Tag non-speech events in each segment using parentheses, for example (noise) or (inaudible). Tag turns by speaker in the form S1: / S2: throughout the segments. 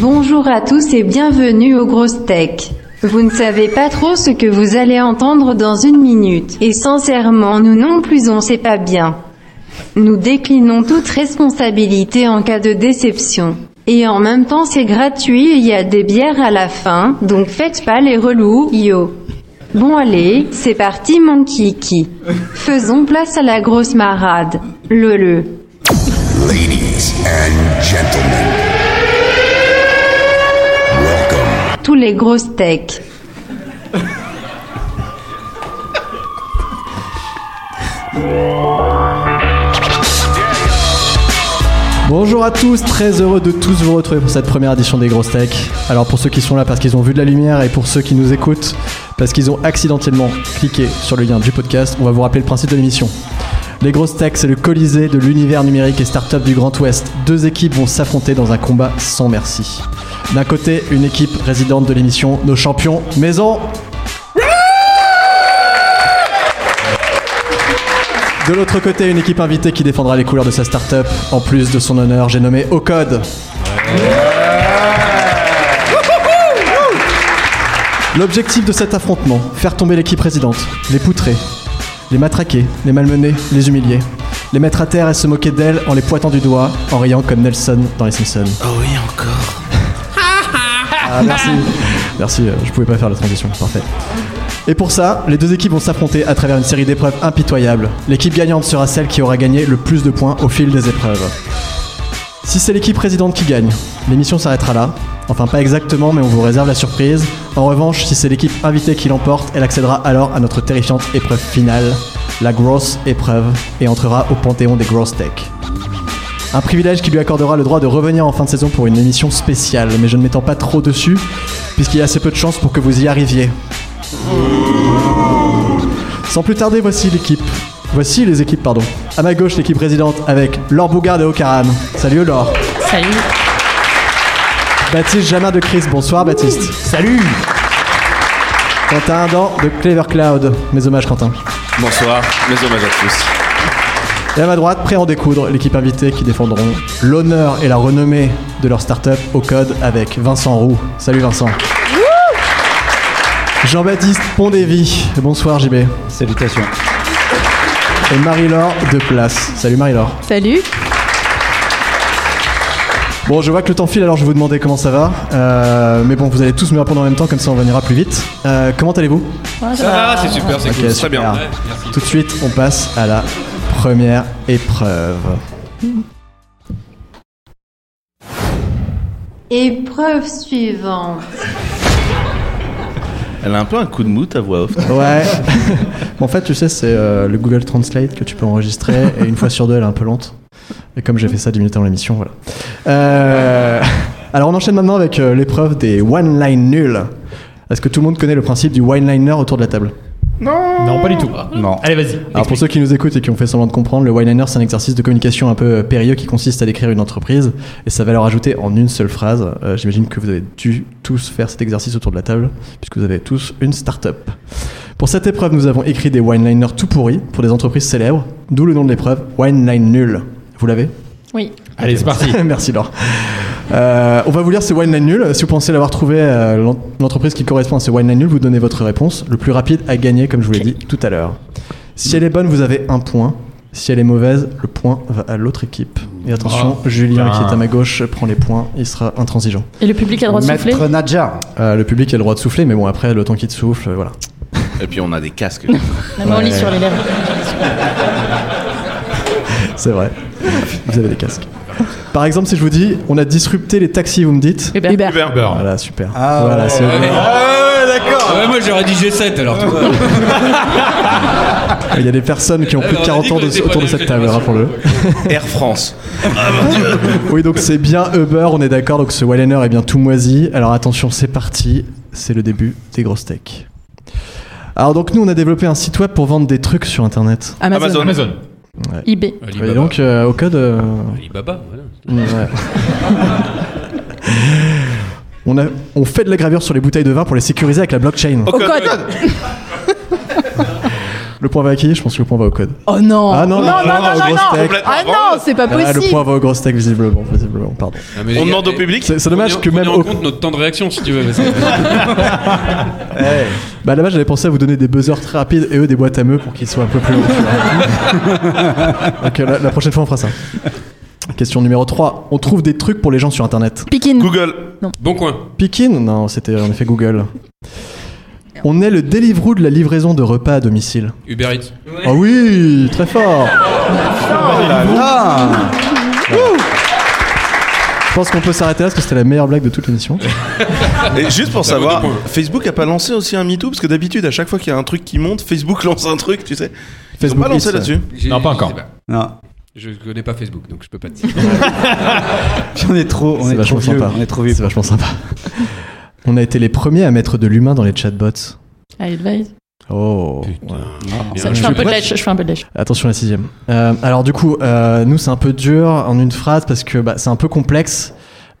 S1: Bonjour à tous et bienvenue au Grosse Tech. Vous ne savez pas trop ce que vous allez entendre dans une minute, et sincèrement nous non plus on sait pas bien. Nous déclinons toute responsabilité en cas de déception. Et en même temps c'est gratuit, il y a des bières à la fin, donc faites pas les relous, yo. Bon allez, c'est parti mon kiki. Faisons place à la grosse marade. Le le.
S2: Ladies and gentlemen, welcome
S1: Tous les grosses techs.
S3: Bonjour à tous, très heureux de tous vous retrouver pour cette première édition des Grosses Tech. Alors pour ceux qui sont là parce qu'ils ont vu de la lumière et pour ceux qui nous écoutent parce qu'ils ont accidentellement cliqué sur le lien du podcast, on va vous rappeler le principe de l'émission. Les Grosses Tech, c'est le colisée de l'univers numérique et start-up du Grand Ouest. Deux équipes vont s'affronter dans un combat sans merci. D'un côté, une équipe résidente de l'émission, nos champions maison. De l'autre côté, une équipe invitée qui défendra les couleurs de sa start-up. En plus de son honneur, j'ai nommé Ocode. L'objectif de cet affrontement, faire tomber l'équipe présidente, les poutrer, les matraquer, les malmener, les humilier, les mettre à terre et se moquer d'elles en les pointant du doigt, en riant comme Nelson dans les Simpsons. Oh oui, encore. Ah, merci. Merci, euh, je pouvais pas faire la transition, parfait. Et pour ça, les deux équipes vont s'affronter à travers une série d'épreuves impitoyables. L'équipe gagnante sera celle qui aura gagné le plus de points au fil des épreuves. Si c'est l'équipe présidente qui gagne, l'émission s'arrêtera là. Enfin, pas exactement, mais on vous réserve la surprise. En revanche, si c'est l'équipe invitée qui l'emporte, elle accédera alors à notre terrifiante épreuve finale, la grosse épreuve, et entrera au panthéon des grosses tech. Un privilège qui lui accordera le droit de revenir en fin de saison pour une émission spéciale, mais je ne m'étends pas trop dessus, puisqu'il y a assez peu de chances pour que vous y arriviez. Sans plus tarder, voici l'équipe. Voici les équipes, pardon. À ma gauche, l'équipe résidente avec Laure Bougard de Ocaram. Salut Laure.
S4: Salut.
S3: Baptiste Jamin de Chris. Bonsoir Baptiste.
S5: Salut
S3: Quentin Adam de Clever Cloud. Mes hommages Quentin.
S6: Bonsoir, mes hommages à tous.
S3: Et à ma droite, prêt à en découdre, l'équipe invitée qui défendront l'honneur et la renommée de leur start-up au code avec Vincent Roux. Salut Vincent. Jean-Baptiste Pondévy. Bonsoir JB.
S5: Salutations.
S3: Et Marie-Laure de Place. Salut Marie-Laure.
S4: Salut.
S3: Bon, je vois que le temps file, alors je vais vous demander comment ça va. Euh, mais bon, vous allez tous me répondre en même temps, comme ça on ira plus vite. Euh, comment allez-vous
S6: Ça va, Ah, c'est super, c'est
S3: Ok,
S6: cool,
S3: super.
S6: très bien.
S3: Tout de suite, on passe à la première épreuve.
S1: Épreuve suivante.
S6: Elle a un peu un coup de mou ta voix off.
S3: Ouais. en fait, tu sais, c'est euh, le Google Translate que tu peux enregistrer, et une fois sur deux, elle est un peu lente. Et comme j'ai fait ça 10 minutes avant l'émission, voilà. Euh, Alors, on enchaîne maintenant avec euh, l'épreuve des one-line nuls. Est-ce que tout le monde connaît le principe du one-liner autour de la table
S5: Non, pas du tout. Non. Allez, vas-y.
S3: Alors pour ceux qui nous écoutent et qui ont fait semblant de comprendre, le one-liner c'est un exercice de communication un peu euh, périlleux qui consiste à décrire une entreprise et sa valeur ajoutée en une seule phrase. Euh, J'imagine que vous avez dû tous faire cet exercice autour de la table puisque vous avez tous une start-up. Pour cette épreuve, nous avons écrit des one-liners tout pourris pour des entreprises célèbres, d'où le nom de l'épreuve one-line nul. Vous l'avez
S4: Oui.
S5: Allez, c'est parti.
S3: (laughs) Merci Laure. Euh, on va vous lire ces one line nuls. Si vous pensez l'avoir trouvé, euh, l'en- l'entreprise qui correspond à ces one line nuls, vous donnez votre réponse. Le plus rapide a gagné, comme je vous l'ai dit tout à l'heure. Si elle est bonne, vous avez un point. Si elle est mauvaise, le point va à l'autre équipe. Et attention,
S7: Ah,
S3: Julien,
S5: putain.
S3: qui est à ma gauche, prend les points. Il sera intransigeant.
S4: Et le public a le droit de souffler
S7: Maître Nadja.
S3: Euh, le public a le droit de souffler, mais bon, après, le temps qu'il te souffle, euh, voilà. (laughs)
S6: Et puis on a des casques.
S4: Non, mais on lit sur les lèvres.
S3: C'est vrai. vous avez des casques. Par exemple, si je vous dis, on a disrupté les taxis, vous me dites.
S4: Hubert.
S3: Voilà, super.
S7: Ah,
S3: voilà,
S7: ouais.
S3: c'est ok.
S8: Ah Ouais, moi j'aurais dit G7 alors. tu vois.
S3: Ah, Il y a des personnes qui ont plus de
S8: Alors, on a
S3: 40
S8: dit
S3: ans
S8: qu'on
S3: de-
S8: était pas
S3: autour de
S8: des
S3: cette table,
S8: générations. (laughs)
S3: rappelons-le.
S6: Air France.
S3: Oui, donc c'est bien Uber, on est d'accord, donc ce Walliner est bien tout moisi. Alors attention, c'est parti, c'est le début des grosses techs. Alors donc nous, on a développé un site web pour vendre des trucs sur Internet.
S6: Amazon.
S5: Amazon.
S4: IB.
S3: Et donc, euh, au code... euh,
S8: Alibaba, voilà.
S3: ouais. (laughs) On, a, on fait de la gravure sur les bouteilles de vin pour les sécuriser avec la blockchain.
S4: Au code.
S3: Le point va à qui Je pense que le point va au code.
S4: Oh non
S3: Ah non,
S4: non,
S3: non,
S4: non,
S3: non,
S4: non,
S3: gros
S4: non.
S3: steak.
S4: Ah non, c'est pas
S3: Ah,
S4: possible
S3: le point va au gros steak, visiblement. visiblement pardon.
S8: Ah, mais les
S6: On
S8: gars,
S6: demande au
S8: eh,
S6: public.
S3: C'est c'est dommage
S8: prenez-
S3: que même
S8: prenez en
S3: au.
S8: compte notre temps de réaction si tu veux. parce que-
S3: (laughs) Bah, à la base, j'avais pensé à vous donner des buzzers très rapides et eux des boîtes à meux pour qu'ils soient un peu plus longs. tu
S4: (laughs)
S3: vois. Donc euh, la, la prochaine fois, on fera ça. Question numéro 3. On trouve des trucs pour les gens sur internet.
S4: Pikin
S6: Google.
S8: Bon coin.
S3: Pikin Non, c'était en effet Google. On est le Deliveroo de la livraison de repas à domicile.
S8: Uber Eats.
S3: Ah oui, très fort
S6: Oh
S3: Ah.
S9: Ah.
S3: Ouh. Je pense qu'on peut s'arrêter là parce que c'était la meilleure blague de toute l'émission.
S6: Et juste pour
S8: vaut
S6: savoir,
S8: deux points.
S6: Facebook a pas lancé aussi un MeToo Parce que d'habitude, à chaque fois qu'il y a un truc qui monte, Facebook (laughs) lance un truc, tu sais. Ils ont
S3: Facebook
S6: pas lancé
S3: X,
S6: là-dessus.
S8: J'ai-
S5: Non, pas
S8: je
S5: encore.
S8: sais pas.
S7: Non,
S8: Je connais pas Facebook, donc je peux pas te
S7: (laughs)
S8: dire.
S7: on est trop, on
S3: C'est
S7: est trop
S3: vachement
S7: vieux.
S3: sympa.
S7: On est trop vieux.
S3: C'est vachement
S7: (laughs)
S3: sympa. On a été les premiers à mettre de l'humain dans les chatbots.
S9: Ah,
S4: Advice.
S3: Oh. ouais.
S4: Ça, Je fais un peu de lèche, je fais un peu de lèche.
S3: Attention à la sixième. Euh, alors du coup, euh, nous c'est un peu dur en une phrase parce que bah, c'est un peu complexe.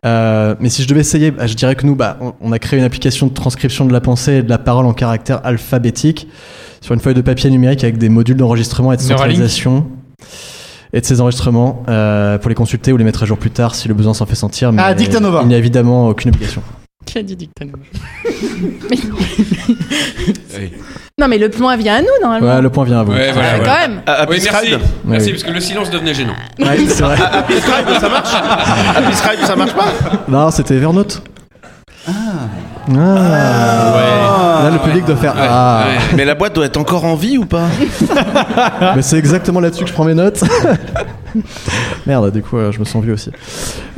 S3: Euh, mais si je devais essayer, bah, je dirais que nous, bah, on, on a créé une application de transcription de la pensée et de la parole en caractère alphabétique sur une feuille de papier numérique avec des modules d'enregistrement et de
S5: Neuralink.
S3: centralisation et de ces enregistrements euh, pour les consulter ou les mettre à jour plus tard si le besoin s'en fait sentir. Mais
S7: Ah, Dictanova.
S3: Il n'y a évidemment aucune obligation.
S4: Qui a dit (laughs) dictateur Non, mais le plan vient à nous, normalement.
S3: Ouais, le point vient à vous.
S8: Ouais,
S4: Ah,
S8: voilà.
S4: Quand
S8: voilà.
S4: même
S6: Ah,
S8: Oui,
S6: Happy
S8: merci.
S6: Scribe.
S8: Merci,
S3: oui.
S8: parce que le silence devenait gênant.
S3: Ouais, c'est vrai.
S6: Happy Scribe, ah, ça marche Happy Scribe, ça marche pas
S7: Ah.
S3: Non, c'était Evernote. Ah. Là, le public doit faire Ah.
S8: Ouais.
S6: Mais la boîte doit être encore en vie ou
S3: (laughs)
S6: pas
S3: Mais c'est exactement là-dessus que je prends mes notes. (laughs) Merde, du coup, euh, je me sens vieux aussi.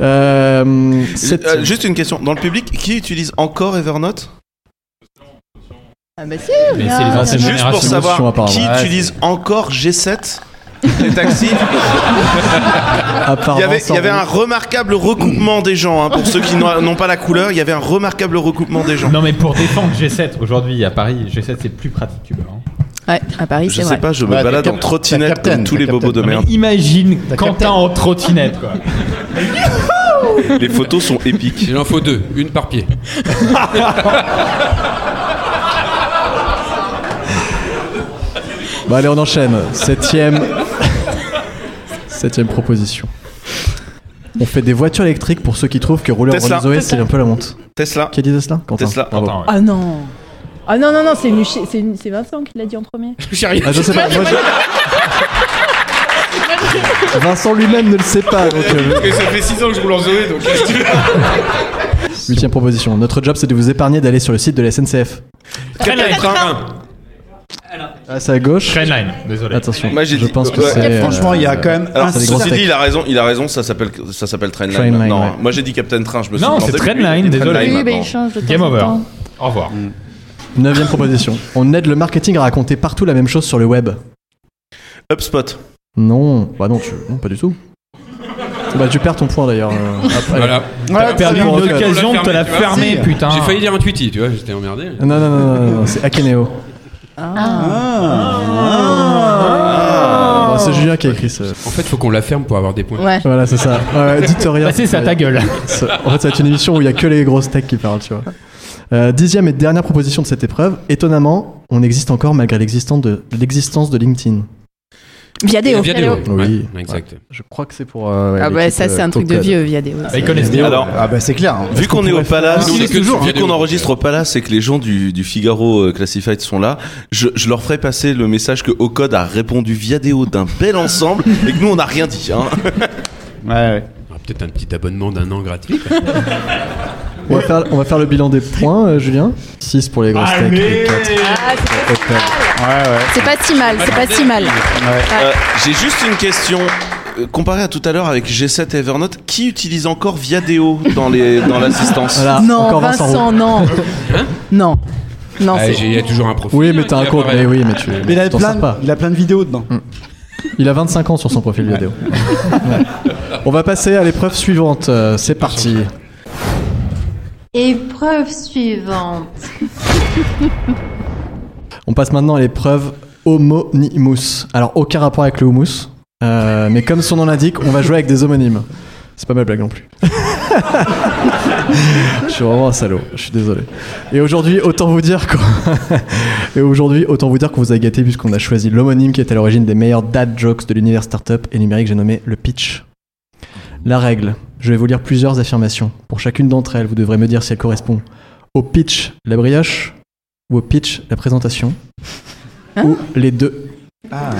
S3: Euh, sept-
S6: Euh, Juste une question. Dans le public, qui utilise encore Evernote
S4: Ah bah si,
S5: Mais c'est les anciennes
S6: Juste pour
S5: générations.
S6: savoir
S3: apparemment.
S6: qui
S5: Ouais,
S6: utilise encore G7 les (laughs) taxis.
S3: apparemment,
S6: Il y avait, il
S3: sans
S6: y avait un
S3: doute.
S6: remarquable recoupement des gens. hein, pour ceux qui n'ont n'ont pas la couleur, il y avait un remarquable recoupement des gens.
S5: Non, mais pour défendre G7, aujourd'hui à Paris, G7 c'est plus pratique Uber. hein.
S4: Ouais, à Paris,
S6: Je
S4: c'est
S6: sais
S4: vrai.
S6: pas, je me
S7: Ouais,
S6: balade
S7: t'as
S6: en
S7: cap-
S6: trottinette
S7: t'as
S6: comme
S7: captain,
S6: tous
S7: t'as
S6: les bobos de
S7: captain.
S6: merde.
S5: Imagine
S7: capté.
S5: Quentin en trottinette quoi.
S6: Les photos sont épiques.
S8: Il en faut deux, une par pied.
S3: (laughs) Bon, allez, on enchaîne. Septième.
S6: (laughs)
S3: Septième proposition. On fait des voitures électriques pour ceux qui trouvent que rouler en
S6: Tesla.
S3: Renault Zoé, c'est un peu la honte.
S6: Tesla.
S3: Qui a dit Tesla Quentin.
S6: Tesla.
S3: Bravo.
S5: Attends, ouais.
S4: Ah non Ah non, non, non, c'est une chi- c'est une- c'est Vincent qui l'a dit en (laughs) premier.
S8: J'ai rien.
S3: Ah, je sais pas. moi, je- Vincent lui-même ne le sait pas. Donc, euh,
S8: Parce que ça fait 6 ans que je roule en Zoé, donc
S3: Huitième proposition. Notre job, c'est de vous épargner d'aller sur le site de la SNCF.
S8: Trainline. Train.
S3: Ah, c'est à gauche.
S5: Trainline, désolé.
S3: Attention.
S6: Moi, j'ai
S3: je
S6: dit-
S3: pense que
S6: ouais.
S3: c'est.
S7: Franchement,
S5: euh,
S7: il y a quand même
S6: Alors,
S7: un
S3: c'est des
S6: ceci
S3: gros
S6: dit,
S3: steaks.
S6: il a raison, il a raison, ça s'appelle, ça s'appelle Trainline.
S3: Trainline,
S6: maintenant, hein.
S3: ouais.
S6: Moi, j'ai dit Captain Train, je me suis
S5: Non,
S6: planté,
S5: c'est
S6: mais lui,
S5: Trainline,
S6: il dit
S5: désolé.
S4: Oui,
S6: Trainline
S4: mais il
S6: maintenant.
S4: change de temps
S5: Game
S4: en
S5: over.
S4: temps.
S5: Au revoir.
S3: euh, Neuvième proposition. On aide le marketing à raconter partout la même chose sur le web.
S6: HubSpot.
S3: Non. Bah non, tu... non, pas du tout. Bah tu perds ton point d'ailleurs. euh, après.
S8: Voilà.
S5: T'as perdu
S3: c'est
S5: une
S3: bon, ok.
S5: occasion de te la
S8: Tu vois,
S5: fermer,
S7: si.
S5: putain.
S8: J'ai failli dire un Tweety, tu vois, j'étais emmerdé.
S3: Non, non, non, non, non, non, c'est Akeneo. Ah.
S9: Ah.
S3: Bon, Ah,
S5: Oh.
S3: c'est Julien qui a écrit ça.
S8: En fait, faut qu'on la ferme pour avoir des points.
S4: Ouais.
S3: Voilà, c'est ça.
S5: (laughs)
S3: Ouais, dites rien.
S5: Bah, c'est ça, ta gueule.
S3: C'est- En fait, c'est une émission où il y a que les grosses techs qui parlent, tu vois. Euh, dixième et dernière proposition de cette épreuve. Étonnamment, on existe encore malgré l'existence de, l'existence de LinkedIn.
S4: Viadeo.
S8: Viadeo.
S3: Oui.
S8: Ouais, exact.
S3: Je crois que c'est pour. euh, ouais,
S4: Ah bah
S3: l'équipe,
S4: ça, c'est
S3: euh,
S4: un truc de
S3: Tocode.
S4: vieux, Viadeo. ça.
S5: Bah, ils connaissent bien.
S6: Alors,
S7: Ah bah c'est clair. hein.
S6: Vu qu'on est au
S8: faire-
S6: Palace,
S8: Nous, on est que sur
S6: vu
S8: vidéo,
S6: qu'on
S8: donc,
S6: enregistre au Palace et que les gens du, du Figaro euh, Classified sont là, je, je leur ferai passer le message que Ocode a répondu via Déo d'un bel
S8: (laughs)
S6: ensemble et que nous on n'a rien dit. Hein.
S7: Ouais, ouais.
S8: On aura Peut-être un petit abonnement d'un an gratuit. quoi.
S3: On va, faire, on va faire le bilan des points, euh, Julien. 6 pour les grosses techs. et quatre
S4: Ah, c'est pas-
S3: pour Octave.
S4: c'est pas si mal, c'est pas si mal.
S6: Euh, J'ai juste une question. Euh, Comparé à tout à l'heure avec G7 et Evernote, qui utilise encore Viadeo dans les dans l'assistance
S3: Voilà,
S4: Non,
S3: encore Vincent.
S4: Vincent, non. Hein Non. Non,
S8: Ah,
S4: c'est...
S8: j'ai- Il y a toujours un profil.
S3: Oui, mais t'as un
S8: Il y a
S3: compte.
S8: pas
S3: Mais
S8: mal.
S3: oui, mais tu.
S7: Mais il a,
S3: t'en
S7: plein,
S3: sers pas. Mm.
S7: il a plein de vidéos dedans.
S3: Il a 25 ans sur son profil vidéo.
S7: (laughs)
S3: Ouais. On va passer à l'épreuve suivante. euh, C'est parti.
S1: Épreuve suivante.
S3: On passe maintenant à l'épreuve homonymus. Alors, aucun rapport avec le houmous, euh, mais comme son nom l'indique, on va jouer avec des homonymes. C'est pas ma blague non plus. (laughs) Je suis vraiment un salaud, je suis désolé. Et aujourd'hui, autant vous dire qu'on (laughs) et aujourd'hui, autant vous dire qu'on vous a gâté puisqu'on a choisi l'homonyme qui est à l'origine des meilleurs dad jokes de l'univers startup et numérique, j'ai nommé le pitch. La règle, je vais vous lire plusieurs affirmations. Pour chacune d'entre elles, vous devrez me dire si elle correspond au pitch, la brioche ou au pitch, la présentation
S4: Hein
S3: ou les deux.
S8: Ah,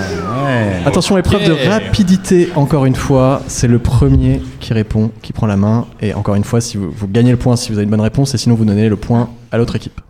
S3: Attention, épreuve de rapidité, encore une fois. C'est le premier qui répond, qui prend la main. Et encore une fois, si vous, vous gagnez le point si vous avez une bonne réponse, et sinon vous donnez le point à l'autre équipe.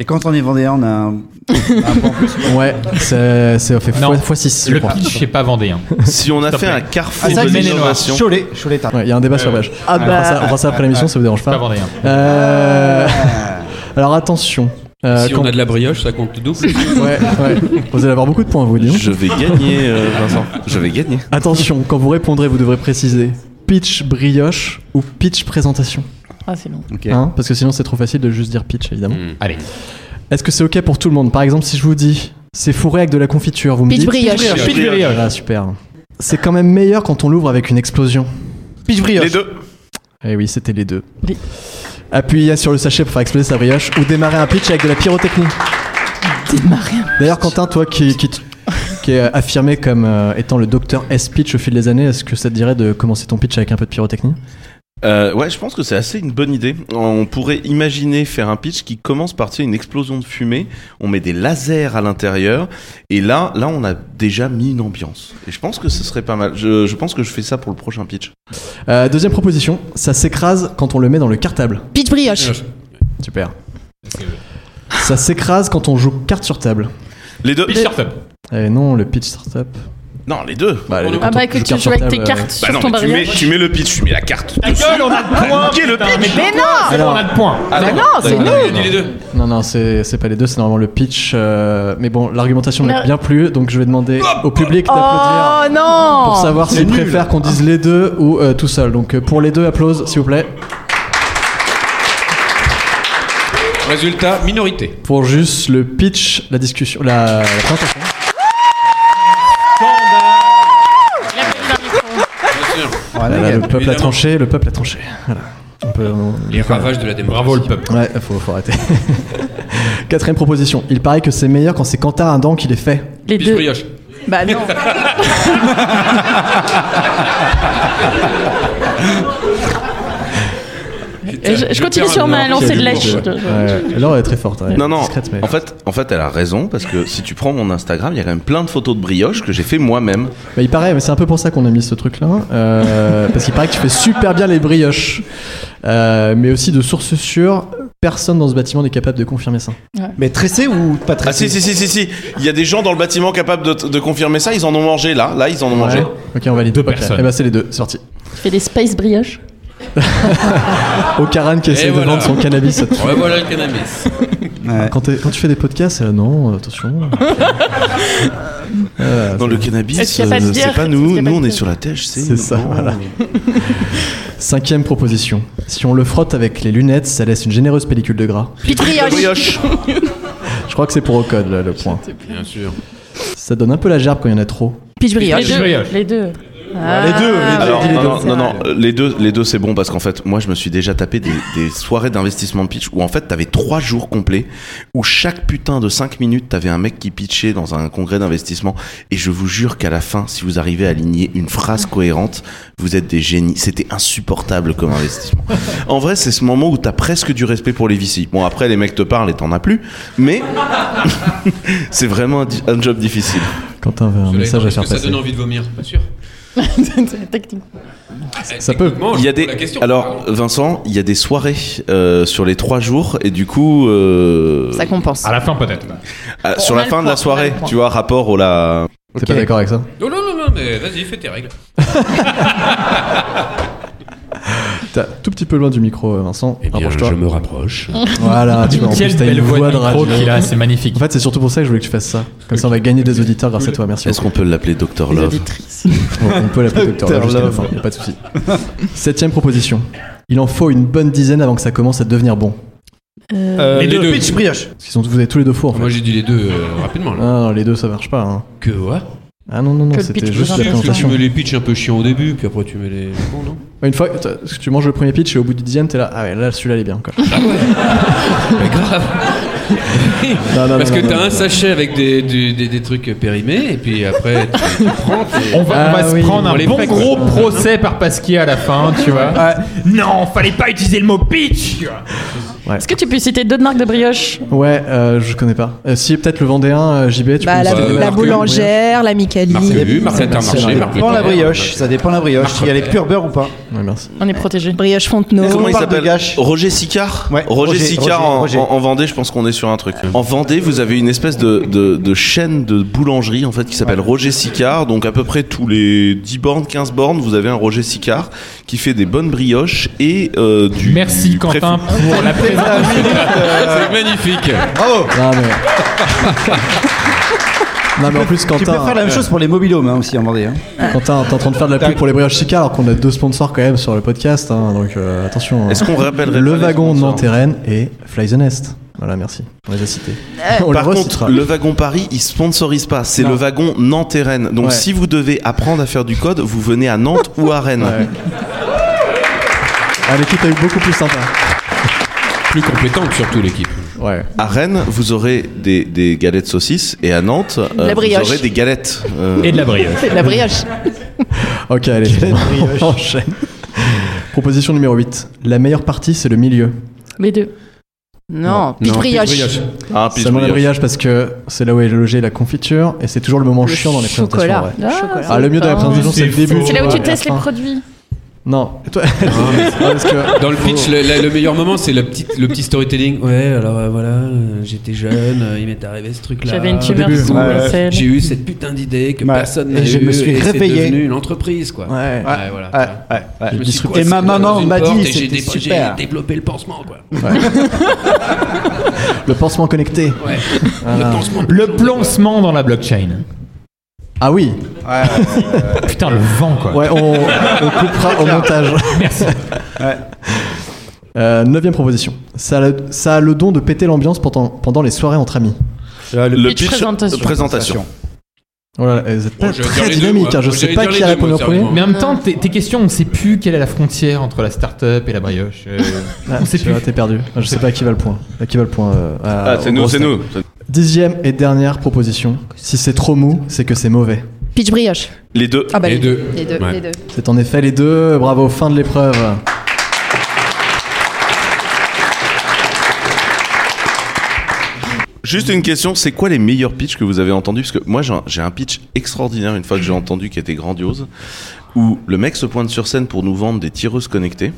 S7: Et quand on est vendéen, on a un, un point en plus.
S3: Ouais, c'est c'est- fait
S5: Non.
S3: x6.
S5: Le pitch, c'est pas vendéen.
S6: Si on a
S5: Stop
S6: fait
S5: là.
S6: un carrefour
S5: ça,
S6: de
S5: c'est Maine-et-Loire.
S6: l'innovation,
S7: Cholet, Cholet, t'as.
S3: Il y a un débat sur Brèche.
S4: Ah
S3: on fera ça, on
S4: bah.
S3: fera ça après l'émission, ça vous dérange
S5: Pas hein.
S3: pas.
S5: vendéen.
S3: Euh, (laughs) alors attention. Euh,
S8: Si
S3: quand-
S8: on a de la brioche, ça compte le double.
S3: ouais, ouais. Vous allez avoir beaucoup de points, vous, dis donc.
S6: je vais gagner, euh, Vincent. Je vais gagner.
S3: Attention, quand vous répondrez, vous devrez préciser pitch brioche ou pitch présentation.
S4: Ah, c'est long.
S7: Ok.
S3: Hein, parce que sinon, c'est trop facile de juste dire pitch, évidemment.
S6: Hmm.
S5: Allez.
S3: Est-ce que c'est ok pour tout le monde Par exemple, si je vous dis c'est fourré avec de la confiture, vous me
S9: Pitch
S3: dites
S9: brioche.
S5: Pitch brioche.
S3: Ah, super. C'est quand même meilleur quand on l'ouvre avec une explosion.
S7: Pitch brioche.
S6: Les deux.
S3: Eh oui, c'était les deux.
S4: Oui.
S3: Appuyez sur le sachet pour faire exploser sa brioche ou démarrer un pitch avec de la pyrotechnie.
S4: Démarrer.
S3: D'ailleurs, Quentin, toi qui, qui, t- qui est affirmé comme euh, étant le docteur S-Pitch au fil des années, est-ce que ça te dirait de commencer ton pitch avec un peu de pyrotechnie
S6: Euh, ouais, je pense que c'est assez une bonne idée. On pourrait imaginer faire un pitch qui commence par tu sais, une explosion de fumée. On met des lasers à l'intérieur et là, là, on a déjà mis une ambiance. Et je pense que ce serait pas mal. Je, je pense que je fais ça pour le prochain pitch.
S3: Euh, Deuxième proposition, ça s'écrase quand on le met dans le cartable.
S9: Pitch brioche.
S3: Super. Ça s'écrase quand on joue carte sur table.
S6: Les deux.
S5: Pitch startup.
S3: Eh non, le pitch startup.
S6: Non, les deux.
S3: Bah, euh,
S9: Ah bah que tu joues avec tes cartes
S6: Bah
S9: sur
S6: non,
S9: ton
S6: mais tu mets,
S9: barrière.
S6: tu mets le pitch, tu mets la carte.
S5: Ta gueule, on a de points
S6: Qui est le
S5: putain,
S6: pitch
S5: Mais non C'est bon, on a de points
S6: Ah,
S4: Bah non, c'est
S3: non,
S4: nous.
S8: Il dit les deux.
S3: Non, non, c'est c'est pas les deux, c'est normalement le pitch. euh, mais bon, l'argumentation m'a
S9: Mais-
S3: bien plu, donc je vais demander au public d'applaudir
S4: Oh non
S3: pour savoir s'il préfère qu'on dise les deux ou euh, tout seul. Donc euh, pour les deux, applause, s'il vous plaît.
S8: (laughs) Résultat, minorité.
S3: Pour juste le pitch, la discussion, la, la présentation.
S7: Voilà,
S3: Voilà,
S7: les
S3: le
S7: gars.
S3: peuple a
S8: Évidemment.
S3: tranché, le peuple a tranché. Voilà. On peut, on-
S8: Les ravages de la démocratie.
S5: Bravo le peuple.
S3: Ouais, faut, faut arrêter. (laughs) Quatrième proposition. Il paraît que c'est meilleur quand c'est Quentin Adam qui les fait.
S4: Les
S8: Pitch
S4: deux.
S8: brioche.
S4: Bah
S8: (laughs)
S4: non.
S9: Et Je, je continue sur ma lancée de lèche.
S3: Ouais, Laure elle est très forte. ouais.
S6: Non, non.
S3: Discrète, mais-
S6: En fait, en fait, elle a raison parce que si tu prends mon Instagram, il y a quand même plein de photos de brioche que j'ai fait moi-même.
S3: Bah, il paraît, mais c'est un peu pour ça qu'on a mis ce truc-là. euh, (laughs) parce qu'il paraît que tu fais super bien les brioches. Euh, mais aussi de sources sûres, personne dans ce bâtiment n'est capable de confirmer ça.
S7: Mais tressé ou pas
S6: Ah si
S7: tressé
S6: si si si si. Il y a des gens dans le bâtiment capables de, de confirmer ça. Ils en ont mangé là. Là, ils en ont mangé.
S3: Ouais. Ok, on valide.
S5: Deux
S3: Ok.
S5: personnes.
S3: Eh ben, c'est les deux, sorti.
S9: Tu fais des space brioches.
S3: Au Karan qui essaie de
S8: voilà.
S3: vendre son cannabis. ça te-
S8: (laughs) Ouais, voilà le cannabis.
S7: Ouais.
S3: Quand, t'es- quand tu fais des podcasts, euh, non,
S9: (laughs)
S3: euh, attention. Euh,
S6: Dans le cannabis,
S9: Est-ce qu'il y a pas de
S6: euh,
S9: bière
S6: c'est pas
S9: Est-ce qu'il y
S6: nous.
S9: a
S6: Nous,
S9: pas de
S6: on est
S9: bière
S6: sur la THC.
S3: C'est ça,
S6: non. (laughs)
S3: voilà. Cinquième proposition. Si on le frotte avec les lunettes, ça laisse une généreuse pellicule de gras.
S9: Pitch brioche.
S6: Brioche.
S3: Je crois que c'est pour Ocode, là, le point.
S8: Bien
S9: (laughs)
S8: sûr.
S3: Ça donne un peu la gerbe quand il y en a trop.
S9: Pitch brioche.
S5: Pitch brioche.
S9: Les deux. Ah.
S7: les deux, les deux.
S6: Alors,
S7: dis les
S6: non,
S7: deux.
S6: non, non, non, euh, les deux, les deux c'est bon parce qu'en fait, moi je me suis déjà tapé des, des soirées d'investissement de pitch où en fait t'avais trois jours complets où chaque putain de cinq minutes t'avais un mec qui pitchait dans un congrès d'investissement et je vous jure qu'à la fin, si vous arrivez à aligner une phrase cohérente, vous êtes des génies. C'était insupportable comme investissement. En vrai, c'est ce moment où t'as presque du respect pour les VC. Bon, après, les mecs te parlent et t'en as plus, mais (laughs) c'est vraiment un, di- un job difficile.
S3: Quentin avait un
S8: Cela
S3: message
S8: étant,
S3: à
S8: est-ce
S3: faire
S8: que ça
S3: passer.
S8: donne envie de vomir Pas sûr.
S9: Technique.
S3: Ça peut.
S8: Techniquement, je
S6: Il y a
S8: pose
S6: des
S8: la question.
S6: alors Vincent, il y a des soirées euh, sur les trois jours et du coup euh,
S9: Ça compense.
S5: À la fin peut-être.
S6: à- sur
S9: on
S6: la
S9: a le
S6: fin de
S9: point,
S6: la soirée,
S9: on a le point.
S6: tu vois, rapport au la.
S3: T'es pas d'accord avec ça
S8: Non, non, non, non, mais vas-y, fais tes
S3: (laughs)
S8: règles.
S3: T'es un tout petit peu loin du micro, euh, Vincent.
S8: Eh bien, je
S3: Rapproche-toi.
S8: me rapproche.
S3: Voilà, tu vois, en
S5: Quelle
S3: plus, t'as une
S5: belle voix de
S3: radio.
S5: micro qu'il a, c'est magnifique.
S3: En fait, c'est surtout pour ça que je voulais que tu fasses ça. Comme ça, on va gagner des auditeurs grâce à toi. Merci.
S6: Est-ce qu'on peut l'appeler Dr Love
S3: beaucoup. On peut l'appeler Docteur Love jusqu'à la fin, y a pas de souci. Septième proposition. Il en faut une bonne dizaine avant que ça commence à devenir bon.
S7: Euh,
S8: les deux.
S7: Pitch brioche.
S3: Parce qu'ils sont, vous avez tous les deux faux en fait.
S8: Moi, j'ai dit les deux euh, rapidement, là.
S3: Ah, non, les deux ça marche pas. hein.
S8: Que, ouais
S3: Ah non, non, non,
S9: Que le
S3: c'était
S9: pitch
S3: juste
S9: vous
S3: la
S9: intéresse.
S8: Parce que tu
S3: présentation.
S8: mets les pitchs un peu chiants au début, puis après tu mets les. Bon, non
S3: Une fois que t'as- parce que tu manges le premier pitch et au bout du dixième, t'es là, ah ouais, là, celui-là, il est bien. Quoi.
S8: Pas grave
S3: Non, non,
S8: Parce
S3: non,
S8: que
S3: non,
S8: t'as
S3: non.
S8: un sachet avec des, du- des, des trucs périmés, et puis
S3: (laughs)
S8: après tu, tu prends. t'es-
S5: On va, on
S3: Ah
S5: va se
S3: oui.
S5: prendre
S8: On
S5: un
S8: les
S5: bon
S8: fait, quoi.
S5: gros procès par Pasquier à la fin, tu vois. Non, fallait pas utiliser le mot pitch. tu vois.
S9: Est-ce que tu peux citer d'autres marques de brioche
S3: Ouais, euh, je connais pas. Euh, si, peut-être le Vendéen, euh, JB, tu
S4: Bah, la,
S3: peux nous en
S8: euh,
S3: donner
S4: la
S3: un peu.
S4: boulangère, la Micali.
S8: Marc
S4: Brioche
S8: Lebu, Marc Intermarché,
S7: Ça
S8: Marc
S7: dépend la
S8: Leclerc.
S7: brioche, ça dépend la brioche. S'il y a les purs beurre ou pas.
S3: Ouais, merci.
S9: On est protégé.
S4: Fontenot.
S7: Comment il
S4: Parle-
S7: s'appelle gâche.
S6: Roger Sicard
S7: Ouais,
S6: Roger,
S7: Roger,
S6: Sicard
S7: Roger,
S6: en,
S7: Roger.
S6: en- en Vendée, je pense qu'on est sur un
S8: Euh.
S6: truc. En Vendée, vous avez une espèce de, de- de chaîne de boulangerie en fait qui s'appelle Roger Sicard. Donc à peu près tous les 10 bornes, 15 bornes, vous avez un Roger Sicard qui fait des bonnes brioches et euh, du.
S5: Merci
S6: du
S5: Quentin
S6: préfet-
S5: pour
S3: (laughs)
S5: la présentation.
S3: euh,
S8: C'est magnifique
S7: Bravo
S3: Non, mais. non, mais en plus,
S7: Tu
S3: Quentin, euh,
S7: peux faire la même chose pour les mobilhomes hein, aussi en Vendée. hein.
S3: Quentin, t'es en train de faire de la pub pour les brioches Chica alors qu'on a deux sponsors quand même sur le podcast. hein, donc euh, attention. hein.
S6: Est-ce qu'on rappellerait
S3: Le
S6: pas les
S3: wagon
S6: sponsors
S3: Nanterren et Fly the Nest. Voilà, merci. On les a cités.
S9: Euh,
S3: On
S6: Par
S3: les
S6: contre,
S3: recitera.
S6: le wagon Paris, il sponsorise pas. C'est
S3: Non.
S6: le wagon Nantes-Rennes. Donc
S3: Ouais.
S6: si vous devez apprendre à faire du code, vous venez à Nantes ou à Rennes.
S3: Ouais. Ah, L'équipe a eu beaucoup plus sympa.
S8: Plus compétente surtout l'équipe.
S3: Ouais.
S6: À Rennes, vous aurez des, des galettes saucisses et à Nantes, euh,
S9: La
S6: vous
S9: brioche.
S6: aurez des galettes. euh,
S5: Et de la brioche.
S9: La brioche.
S3: (laughs) Ok, allez. On (laughs) enchaîne. Proposition numéro 8. La meilleure partie, c'est le milieu.
S9: Les deux.
S4: Non,
S8: Non,
S4: Piche brioche.
S8: brioche.
S6: Ah, puis
S3: Seulement
S6: je
S3: la
S6: brioche.
S3: brioche parce que c'est là où est logée la confiture et c'est toujours le moment
S4: Le
S3: chiant dans les
S4: chocolat.
S3: présentations. ouais.
S9: Ah,
S3: Ah, le mieux dans la présentation,
S5: Oui,
S3: c'est le
S5: c'est
S3: début.
S5: faux.
S9: C'est là où
S3: vois,
S9: tu
S3: et
S9: testes
S3: la
S9: les
S3: fin.
S9: produits.
S3: Non. Et
S7: (laughs)
S3: toi- parce que-
S8: Dans le pitch, le, la- le meilleur moment, c'est le petit, le petit storytelling. Ouais, alors euh, voilà, euh, j'étais jeune, euh, il m'est arrivé ce truc-là.
S9: J'avais une tumeur
S3: début,
S9: du coup.
S7: ouais.
S9: à la selle.
S8: J'ai eu cette putain d'idée que
S7: Ouais.
S8: personne
S7: Et
S8: n'a eu.
S7: je me suis
S8: et c'est
S7: réveillé.
S8: devenu une entreprise, quoi.
S3: Ouais.
S8: Ouais, voilà.
S7: Ouais, ouais, ouais.
S8: Je me suis
S7: Et ma
S8: coincé dans
S7: maman
S8: une
S7: m'a
S8: porte
S7: dit,
S8: et j'ai
S7: c'était
S8: dé-
S7: super.
S8: J'ai développé le pansement, quoi.
S3: Le pansement connecté.
S8: Ouais. Le pansement.
S5: Euh, Le ploncement dans la blockchain.
S3: Ah oui.
S5: (laughs) Putain, le vent quoi.
S3: Ouais, on, on coupera au montage.
S5: Merci.
S3: Euh, neuvième proposition. Ça a, le- ça a le don de péter l'ambiance pendant, pendant les soirées entre amis.
S6: Le
S9: pitch
S6: pitch présentation.
S9: présentation.
S3: Oh là là, vous êtes pas
S8: Bon, j'allais
S3: très
S8: dire les deux,
S3: dynamique.
S8: moi.
S3: hein. Je
S8: Moi,
S3: sais
S8: j'allais
S3: pas
S8: dire
S3: qui
S8: les
S3: a
S8: deux,
S3: répondu en
S8: moi,
S3: premier.
S8: sérieusement.
S5: Mais en même temps, tes, tes questions, on sait plus quelle est la frontière entre la start-up et la brioche. Euh,
S3: Ah,
S5: on sait
S3: tu
S5: plus.
S3: vois, t'es perdu. Ah, Je sais pas à qui va le point. À qui va le point euh, à-
S6: Ah, c'est
S3: au
S6: nous,
S3: gros
S6: c'est
S3: stade.
S6: nous.
S3: Dixième et dernière proposition. Si c'est trop mou, c'est que c'est mauvais.
S4: Pitch brioche.
S6: Les deux.
S4: Ah bah
S8: Les
S4: les
S8: deux.
S1: Les deux,
S8: Ouais.
S1: les deux.
S3: C'est en effet les deux. Bravo, fin de l'épreuve.
S6: Juste une question, c'est quoi les meilleurs pitchs que vous avez entendus Parce que moi, j'ai un- j'ai un pitch extraordinaire une fois que j'ai entendu qui était grandiose, où le mec se pointe sur scène pour nous vendre des tireuses connectées.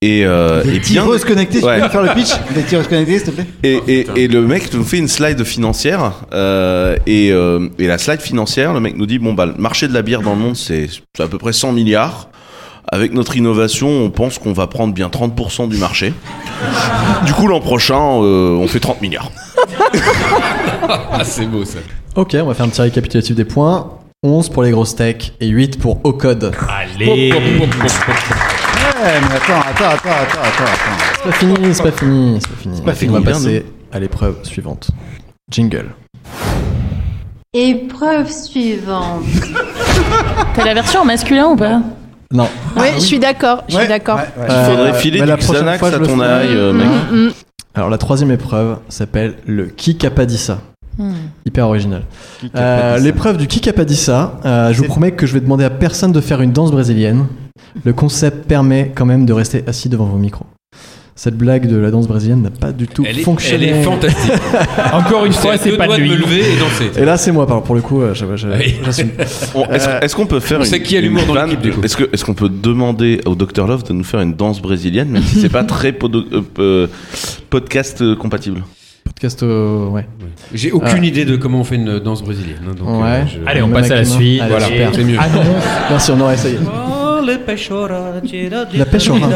S6: Et, euh, et bien-
S7: Des tireuses connectées, tu
S6: Ouais.
S7: peux me faire le pitch Des tireuses connectées, s'il te plaît
S6: Et, et- et le mec nous fait une slide financière euh, et, euh, et la slide financière, le mec nous dit bon bah le marché de la bière dans le monde c'est c'est à peu près 100 milliards. Avec notre innovation, on pense qu'on va prendre bien 30% du marché. Du coup, l'an prochain, euh, on fait 30 milliards.
S8: (laughs) Ah, c'est beau, ça.
S3: Ok, on va faire un petit récapitulatif des points. 11 pour les grosses techs et 8 pour au code.
S5: Allez.
S7: Ouais, mais attends, attends, attends, attends, attends. attends.
S3: C'est pas fini, c'est pas fini, c'est pas fini.
S7: pas fini,
S3: On va
S7: bien,
S3: passer à l'épreuve suivante. Jingle.
S1: Épreuve suivante.
S9: (laughs) T'as la version en masculin ou pas
S3: Non.
S4: Oui, je suis d'accord, je suis d'accord.
S7: Ouais, ouais.
S3: Euh,
S6: Faudrait filer
S3: mais
S6: du
S3: la prochaine
S6: Xanax
S3: fois, je
S6: à
S3: le
S6: ton
S3: ferai.
S6: aïe, euh, mec.
S3: Mm, Alors la troisième épreuve s'appelle le qui qu'a pas dit ça.
S6: Mm.
S3: Hyper original.
S7: qu'a pas
S3: Euh,
S7: dit ça
S3: L'épreuve du qui qu'a pas dit ça, euh, je vous promets que je vais demander à personne de faire une danse brésilienne. Le concept permet quand même de rester assis devant vos micros. Cette blague de la danse brésilienne n'a pas du tout
S8: Elle est, elle
S3: fonctionné.
S8: est
S3: (laughs)
S8: fantastique.
S5: Encore une fois,
S8: C'est
S5: c'est
S8: deux
S5: pas
S8: doigts
S5: de
S8: de me
S5: lui.
S8: lever et danser. Ah
S3: Et là c'est moi, pardon, pour le coup, euh, je- je-
S8: Oui. (laughs)
S3: j'assume.
S6: On- Est-ce est-ce qu'on peut faire
S8: Euh, on
S6: une,
S8: sait qui a
S6: une
S8: l'humour dans
S6: vanne
S8: l'équipe, du coup.
S6: Est-ce que- est-ce qu'on peut demander au Dr Love de nous faire une danse brésilienne, même si c'est pas très podo- euh, euh, podcast euh, compatible
S3: Podcast au- ouais.
S8: J'ai aucune idée de comment on fait une danse brésilienne. hein, donc,
S3: Ouais.
S8: euh, je-
S5: Allez, on
S3: Même
S5: passe à la
S3: avec les mains.
S5: suite.
S3: Allez,
S5: voilà.
S3: super.
S8: C'est mieux. (laughs)
S5: Ah non.
S3: Merci, on aurait essayé. La pêche au rat.
S8: Non,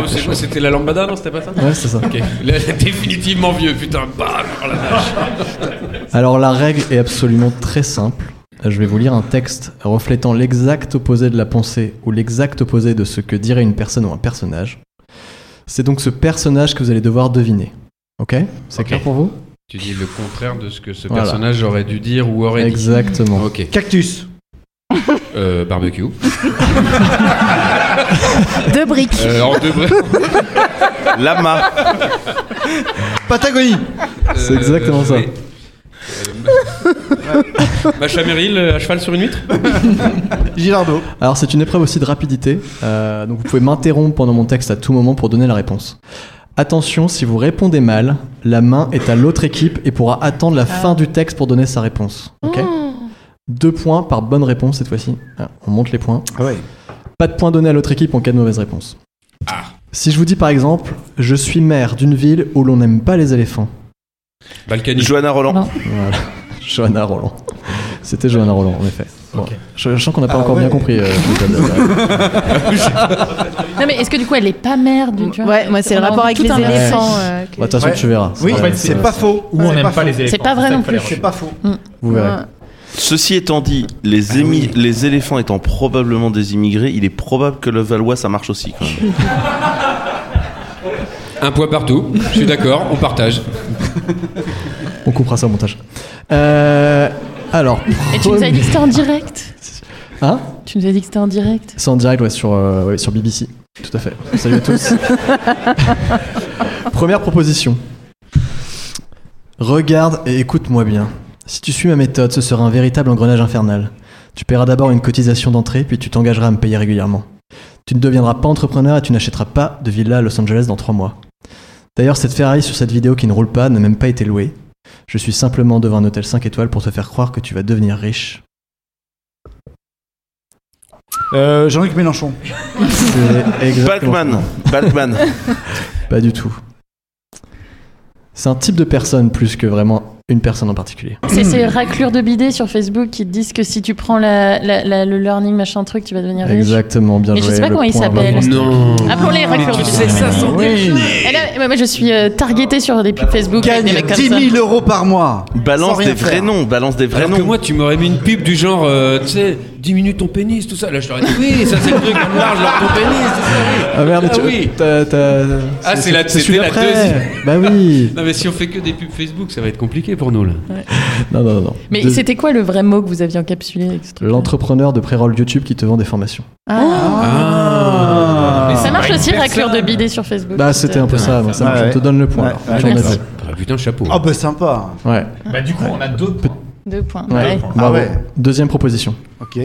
S8: mais c'est quoi C'était la lambada, non C'était pas ça
S3: Ouais, c'est ça.
S8: Ok. Là, définitivement vieux, putain. Bam oh la vache.
S3: Alors la règle est absolument très simple. Euh, Je vais vous lire un texte reflétant l'exact opposé de la pensée ou l'exact opposé de ce que dirait une personne ou un personnage. C'est donc ce personnage que vous allez devoir deviner. Ok C'est clair pour vous
S8: Tu dis le contraire de ce que ce
S3: Voilà.
S8: personnage aurait dû dire ou aurait dit.
S3: Exactement.
S8: Ok.
S7: Cactus.
S8: Euh, barbecue.
S4: Deux briques.
S8: Euh, en deux brefs.
S6: Lama.
S7: Patagonie.
S3: C'est exactement ça.
S8: Euh, Macha Merrill euh, à cheval sur une huître
S7: Gilardo.
S3: Alors c'est une épreuve aussi de rapidité, euh, donc vous pouvez m'interrompre pendant mon texte à tout moment pour donner la réponse. Attention, si vous répondez mal, la main est à l'autre équipe et pourra attendre la fin du texte pour donner sa réponse. Ok Deux points par bonne réponse cette fois-ci. Ah, on monte les points.
S7: ouais.
S3: Pas de points donnés à l'autre équipe en cas de mauvaise réponse.
S7: Ah.
S3: Si je vous dis par exemple, je suis maire d'une ville où l'on n'aime pas les éléphants.
S8: Balkany.
S6: Johanna Roland.
S9: Non.
S3: Voilà. (laughs) Johanna Roland. C'était Johanna Roland, en effet. Bon, je, je sens qu'on n'a pas
S7: Ah
S3: encore
S7: ouais.
S3: bien compris. euh, je vous donne, euh,
S9: Non, mais est-ce que du coup, elle est pas mère du tu vois
S4: Ouais, moi c'est le
S9: On a
S4: rapport avec
S9: tout
S4: les
S9: un débat.
S4: éléphants. euh, que-
S3: bah, De toute façon,
S7: Ouais.
S3: tu verras.
S7: Oui,
S5: en
S3: Ouais,
S5: fait,
S3: ça-
S7: c'est pas faux.
S5: Ou on
S7: C'est
S5: n'aime pas,
S7: faux.
S5: les éléphants.
S9: C'est pas vrai
S5: ça
S9: non
S5: qu'il fallait
S9: plus.
S7: C'est
S5: rejeter.
S7: pas faux.
S9: Mm.
S3: Vous verrez. Ah
S6: Ceci étant dit, les, émi- les éléphants étant probablement des immigrés, il est probable que le Valois ça marche aussi. Quand même.
S8: Un poids partout.
S3: (laughs)
S8: Je suis d'accord, on partage.
S3: On coupera ça au montage. Euh, alors.
S9: Et tu nous as dit que c'était en direct
S3: Hein
S9: Tu nous as dit que c'était en direct
S3: C'est en direct ouais, sur, euh, ouais, sur BBC. Tout à fait. Salut à tous. Première proposition. Regarde et écoute-moi bien. Si tu suis ma méthode, ce sera un véritable engrenage infernal. Tu paieras d'abord une cotisation d'entrée, puis tu t'engageras à me payer régulièrement. Tu ne deviendras pas entrepreneur et tu n'achèteras pas de villa à Los Angeles dans trois mois. D'ailleurs, cette Ferrari sur cette vidéo qui ne roule pas n'a même pas été louée. Je suis simplement devant un hôtel 5 étoiles pour te faire croire que tu vas devenir riche.
S7: Euh, Jean-Luc
S9: (laughs)
S7: Mélenchon.
S3: C'est exactement-
S6: Balkman. Balkman.
S3: (laughs) Pas du tout. C'est un type de personne plus que vraiment une personne en particulier.
S9: (laughs)
S3: Hmm.
S9: C'est ces raclures de bidets sur Facebook qui te disent que si tu prends la- la- la- le learning machin truc, tu vas devenir riche.
S3: Exactement, bien
S9: Mais je
S3: joué.
S9: sais pas
S3: le
S9: comment il
S3: point
S9: s'appelle.
S3: vraiment.
S8: Non.
S9: Appelons-les raclures de bidets. Elle a- ouais, moi, je suis euh, targetée sur des pubs Facebook. avec (laughs) des
S7: Gagne
S9: mecs comme
S7: 10
S9: ça.
S7: 000 euros par mois.
S6: Balance
S7: Sans rien
S6: des vrais
S7: faire.
S6: noms. Balance des vrais
S8: Alors que
S6: noms.
S8: moi, tu m'aurais mis une pub du genre, euh, tu sais, diminue ton pénis, tout ça. Là, je t'aurais dit, oui, ça c'est
S10: (laughs)
S8: le truc en large, genre ton pénis, tout ça, oui.
S3: Ah merde,
S8: Ah
S3: tu-
S8: oui.
S3: t'as- t'as-
S8: Ah, c'est la-
S3: celui
S8: c'était la
S3: d'après. Bah
S8: (laughs)
S3: oui.
S8: Non, mais si on fait que des pubs Facebook, ça va être compliqué pour nous, là.
S3: Non, non, non. non.
S9: Mais
S3: De-
S9: c'était quoi le vrai mot que vous aviez encapsulé avec ce truc
S3: L'entrepreneur de pré-roll YouTube qui te vend des formations.
S9: Ah.
S8: Ah.
S9: Ça marche
S5: Une
S9: aussi,
S5: personne.
S9: raclure de bidets sur Facebook.
S3: Bah, c'était un peu ça. donc ça
S7: Ouais,
S3: marche.
S7: ouais.
S3: Je te donne le point.
S7: Ouais,
S3: alors.
S7: ouais,
S3: Je t'en
S9: merci.
S3: ai
S8: Ah, putain, chapeau.
S7: Ah bah sympa.
S3: fait. Ouais.
S5: Bah, du coup, on a deux points.
S9: Deux points.
S3: Ouais.
S9: Ouais.
S3: Bravo.
S7: ouais.
S3: Deuxième proposition.
S7: Ok.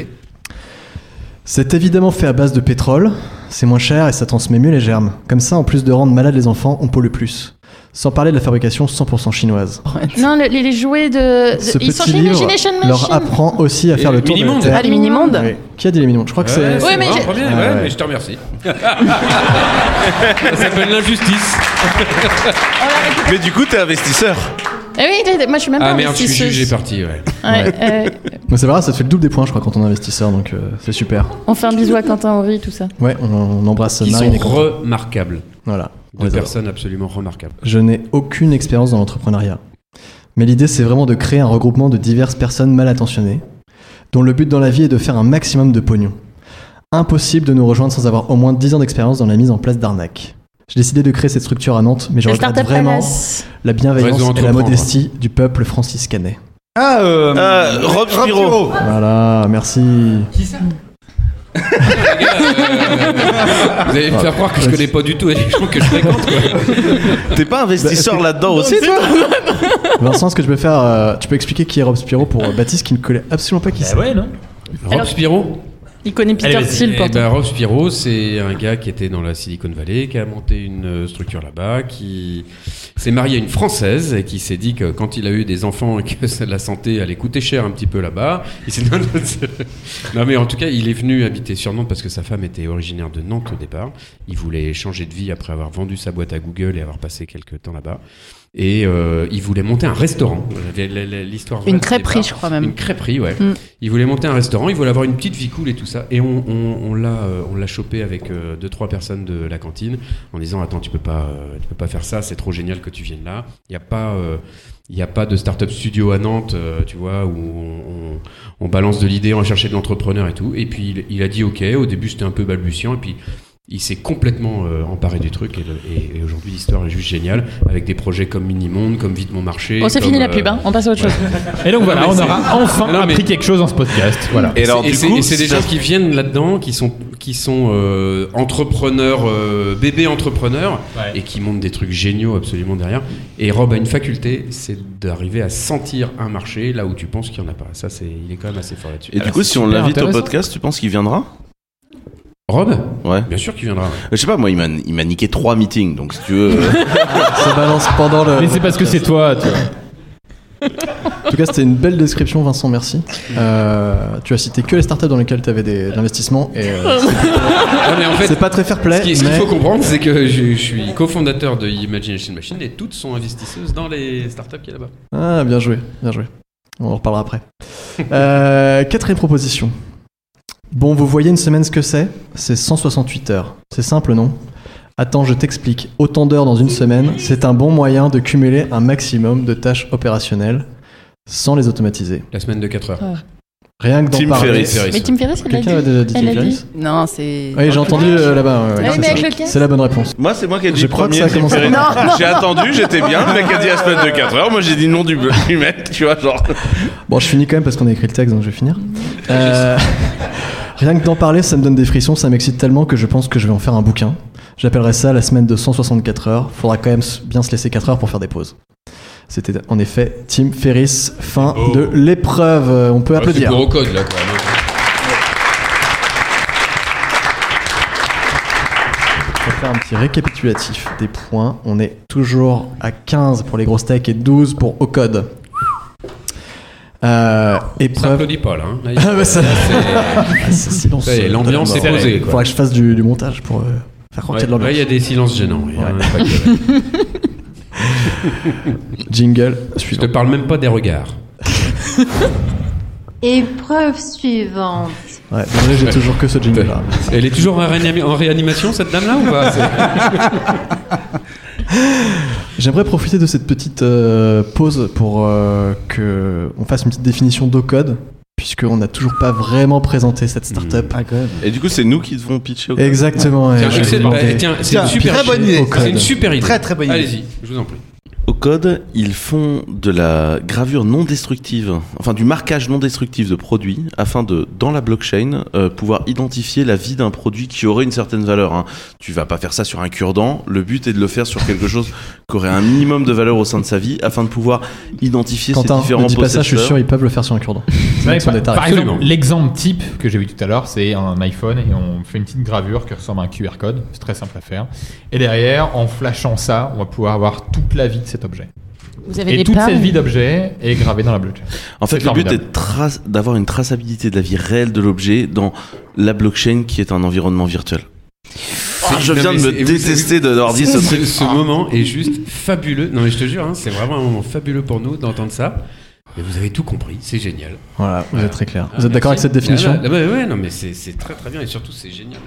S3: C'est évidemment fait à base de pétrole, c'est moins cher et ça transmet mieux les germes. Comme ça, en plus de rendre malades les enfants, on pollue plus. Sans parler de la fabrication 100% chinoise.
S9: Non, le- les, les jouets de. de-
S3: Ce
S9: Oh, ils sont
S3: petit
S9: chez
S3: livre
S9: Imagination
S3: leur
S9: Machine.
S3: apprend aussi à faire
S8: Et
S3: le tour de la
S8: Minimonde.
S3: Terre.
S9: Ah, les mini-mondes
S3: Oui. Qui a dit les minimondes Je crois que c'est...
S9: Ouais,
S8: Ouais,
S9: mais
S8: mais,
S9: j'ai-
S3: Ouais, Ah, ouais.
S8: mais je te remercie. (laughs) ça s'appelle l'injustice.
S6: Ah, Mais du coup, t'es investisseur.
S9: Eh oui, t'es- moi je suis même pas
S8: Ah merde, je suis
S9: investisseuse.
S8: jugé parti, ouais.
S9: Ouais, euh,
S3: Mais c'est vrai, ça te fait le double des points, je crois, quand on est investisseur, donc euh, c'est super.
S9: on fait un bisou à Quentin Henry, tout ça.
S3: Ouais, on, on embrasse
S8: Qui
S3: Marine
S8: sont
S3: et Quentin.
S8: remarquables.
S3: Voilà. on
S8: Deux
S3: les adore.
S8: personnes absolument remarquables.
S3: Je n'ai aucune expérience dans l'entrepreneuriat. Mais l'idée, c'est vraiment de créer un regroupement de diverses personnes mal intentionnées, dont le but dans la vie est de faire un maximum de pognon. Impossible de nous rejoindre sans avoir au moins 10 ans d'expérience dans la mise en place d'arnaques. J'ai décidé de créer cette structure à Nantes, mais je
S9: La
S3: regrette
S9: Startup
S3: vraiment
S9: Palace.
S3: la
S8: Réseau
S3: bienveillance et la
S8: entreprendre.
S3: modestie du peuple franciscanais.
S7: Ah, euh,
S6: Euh, Rob Spiro.
S3: Voilà, merci.
S8: Vous allez me faire croire que je connais pas du tout les gens que je fréquente,
S6: (laughs)
S8: quoi.
S6: T'es pas
S3: Bah,
S6: investisseur là-dedans aussi, toi
S3: Vincent, ce que je peux faire, euh, tu peux expliquer qui est Rob Spiro pour euh, Baptiste qui ne connaît absolument pas qui c'est.
S5: Bah, ouais, non
S8: Rob Spiro
S9: Il connaît Peter
S5: Allez, vas-y.
S9: Thiel,
S8: Eh
S9: pourtant.
S8: ben, Rob Spiro, c'est un gars qui était dans la Silicon Valley, qui a monté une euh, structure là-bas, qui s'est marié à une Française et qui s'est dit que quand il a eu des enfants et que (laughs) ça- la santé allait coûter cher un petit peu là-bas, il s'est (laughs) non, non, c'est- non, mais en tout cas, il est venu habiter sur Nantes parce que sa femme était originaire de Nantes au départ. Il voulait changer de vie après avoir vendu sa boîte à Google et avoir passé quelques temps là-bas. Et euh, il voulait monter un restaurant. Euh, La- la- la- L'histoire vraie
S4: Une
S8: du
S4: crêperie,
S8: départ.
S4: je crois même.
S8: Une crêperie, ouais.
S4: Mm.
S8: Il voulait monter un restaurant, il voulait avoir une petite vie cool et tout ça. Et on, on, on l'a, euh, on l'a chopé avec euh, deux trois personnes de la cantine en disant attends tu peux pas, euh, tu peux pas faire ça, c'est trop génial que tu viennes là. Il y a pas, euh, il y a pas de startup studio à Nantes, euh, tu vois, où on, on- on balance de l'idée, on va chercher de l'entrepreneur et tout. Et puis il, il a dit ok. Au début c'était un peu balbutiant et puis Il s'est complètement euh, emparé du truc et, le- et- et aujourd'hui l'histoire est juste géniale avec des projets comme Mini Monde, comme Vite Mon Marché.
S9: Bon, c'est
S8: comme,
S9: fini la
S8: euh,
S9: pub, hein. on passe à autre chose.
S5: Et donc voilà,
S8: Non, mais
S5: Ah, on aura enfin
S8: Non, mais-
S5: appris quelque chose dans ce podcast. Voilà.
S6: Et alors,
S8: c'est-
S6: du
S8: c'est-
S6: coup,
S8: et c'est des
S6: ça-
S8: gens qui viennent là-dedans, qui sont, qui sont euh, entrepreneurs, euh, bébés entrepreneurs,
S5: Ouais.
S8: et qui montent des trucs géniaux absolument derrière. Et Rob a une faculté, c'est d'arriver à sentir un marché là où tu penses qu'il n'y en a pas. Ça, c'est, il est quand même assez fort là-dessus. Ah,
S6: Et du
S5: Alors,
S6: coup,
S5: c'est
S6: si on
S5: super
S6: l'invite au
S8: (laughs)
S5: intéressant.
S6: podcast, tu penses qu'il viendra
S8: Rob
S6: Ouais.
S8: Bien sûr qu'il viendra.
S6: Je sais pas, moi, il m'a il m'a niqué trois meetings, donc si tu veux. euh,
S3: Ça balance pendant le.
S5: Mais c'est parce que c'est toi, tu vois.
S3: En tout cas, c'était une belle description, Vincent, merci. Euh, tu as cité que les startups dans lesquelles tu avais des investissements
S8: (laughs)
S3: et euh,
S8: Ouais, mais en fait,
S3: c'est pas très fair play.
S8: ce qui- ce qu'il
S3: mais-
S8: faut comprendre, c'est que je, je suis cofondateur de Imagination Machine et toutes sont investisseuses dans les startups qu'il y a là-bas.
S3: Ah, bien joué, bien joué. On en
S6: (laughs)
S3: reparlera après. Euh, quatrième proposition. Bon, vous voyez une semaine ce que c'est C'est 168 heures. C'est simple, non Attends, je t'explique. Autant d'heures dans une semaine, c'est un bon moyen de cumuler un maximum de tâches opérationnelles sans les automatiser.
S8: La semaine de 4 heures.
S3: Rien que d'en
S6: Tim
S3: parler.
S6: Ferriss.
S9: Mais Tim Ferriss, il l'a
S3: Quelqu'un a
S9: dit.
S3: déjà dit
S9: Elle
S3: Tim
S9: a
S3: Ferriss
S11: Non, c'est.
S3: Oui, j'ai entendu euh, là-bas. ouais, ouais,
S9: Ah oui,
S3: c'est
S9: mais
S3: ça.
S9: avec le casque.
S3: c'est la bonne réponse.
S6: Moi, c'est moi qui ai dit
S3: Je crois que
S6: premier
S3: ça a commencé
S6: Tim
S3: par-
S6: Ferriss. J'ai attendu, j'étais bien. Le mec a dit la semaine de 4 heures. Moi, j'ai dit non du, du mec, tu vois, genre.
S3: Bon, je finis quand même parce qu'on a écrit le texte, donc je vais finir. Euh, (laughs) rien que d'en parler, ça me donne des frissons, ça m'excite tellement que je pense que je vais en faire un bouquin. J'appellerai ça la semaine de 164 heures. Faudra quand même s- bien se laisser 4 heures pour faire des pauses. C'était en effet Tim Ferriss, fin
S8: Oh.
S3: de l'épreuve. Euh, On peut
S8: Ouais, C'est
S3: applaudir.
S8: pour au code là, quand même. hein.
S3: On va faire un petit récapitulatif des points. On est toujours à 15 pour les grosses techs et 12 pour au code. Euh,
S8: Ça
S3: épreuve.
S8: applaudit pas là.
S3: (laughs)
S8: hein. Là, il-
S3: Ah bah ça-
S8: (laughs) c'est-
S3: Ah, c'est silence.
S8: Ça y est, l'ambiance est
S3: Faudra-
S8: posée, quoi.
S3: Faudra que je fasse du, du montage pour euh, faire
S8: Ouais,
S3: croquer de
S8: là, il
S3: l'ambiance.
S8: y a des silences gênants. hein, il y a
S3: Ouais.
S8: un paquet, ouais.
S3: (laughs) Jingle
S8: Je te
S3: suivant.
S8: parle même pas des regards.
S1: Épreuve suivante.
S3: Ouais, désolé, j'ai toujours que ce jingle là.
S8: Elle est toujours en, réanima- en réanimation cette dame là ou pas C'est-
S3: J'aimerais profiter de cette petite euh, pause pour euh, que on fasse une petite définition d'Ocode, puisqu'on n'a toujours pas vraiment présenté cette
S8: Mmh.
S3: startup.
S7: Ah, quand même.
S6: Et du coup, c'est nous qui devons pitcher. au code.
S3: Exactement. ouais,
S8: Tiens,
S3: je vais
S8: c'est-
S3: demander.
S8: eh, tiens, c'est
S7: Tiens,
S8: une super
S7: très bonne idée.
S3: Au
S8: C'est une
S3: code.
S8: super idée.
S7: Très, très bonne idée.
S8: Allez-y, je vous en prie.
S6: Au code, ils font de la gravure non destructive, enfin du marquage non destructif de produits, afin de, dans la blockchain, euh, pouvoir identifier la vie d'un produit qui aurait une certaine valeur. Hein. Tu vas pas faire ça sur un cure-dent. Le but est de le faire sur quelque chose qui aurait un minimum de valeur au sein de sa vie, afin de pouvoir identifier ses
S3: Quentin,
S6: différents
S3: ne dis pas ça, je suis
S6: possesseurs.
S3: sûr, ils peuvent le faire sur un cure-dent. C'est
S5: Ouais,
S3: une action
S5: par,
S3: d'État.
S5: par
S8: Absolument.
S5: exemple, l'exemple type que j'ai vu tout à l'heure, c'est un iPhone et on fait une petite gravure qui ressemble à un QR code. C'est très simple à faire. Et derrière, en flashant ça, on va pouvoir avoir toute la vie de cet objet.
S9: Vous
S5: Et
S9: avez des
S5: toute
S9: parts
S5: cette vie d'objet est gravée dans la blockchain.
S6: En fait,
S5: C'est
S6: le but est
S5: formidable.
S6: de trace- d'avoir une traçabilité de la vie réelle de l'objet dans la blockchain qui est un environnement virtuel. Ah, je
S8: Non,
S6: viens
S8: mais
S6: de me
S8: c'est- et vous-
S6: détester de leur Ah. dire ce truc.
S8: Ce, ce moment est juste fabuleux. Non mais je te jure, hein, c'est vraiment un moment fabuleux pour nous d'entendre ça. Et vous avez tout compris, c'est génial.
S3: Voilà, vous êtes très clair. Vous
S8: Ah,
S3: êtes d'accord avec
S8: merci.
S3: cette définition
S8: Ah, bah, bah, ouais, non mais c'est c'est très très bien et surtout c'est génial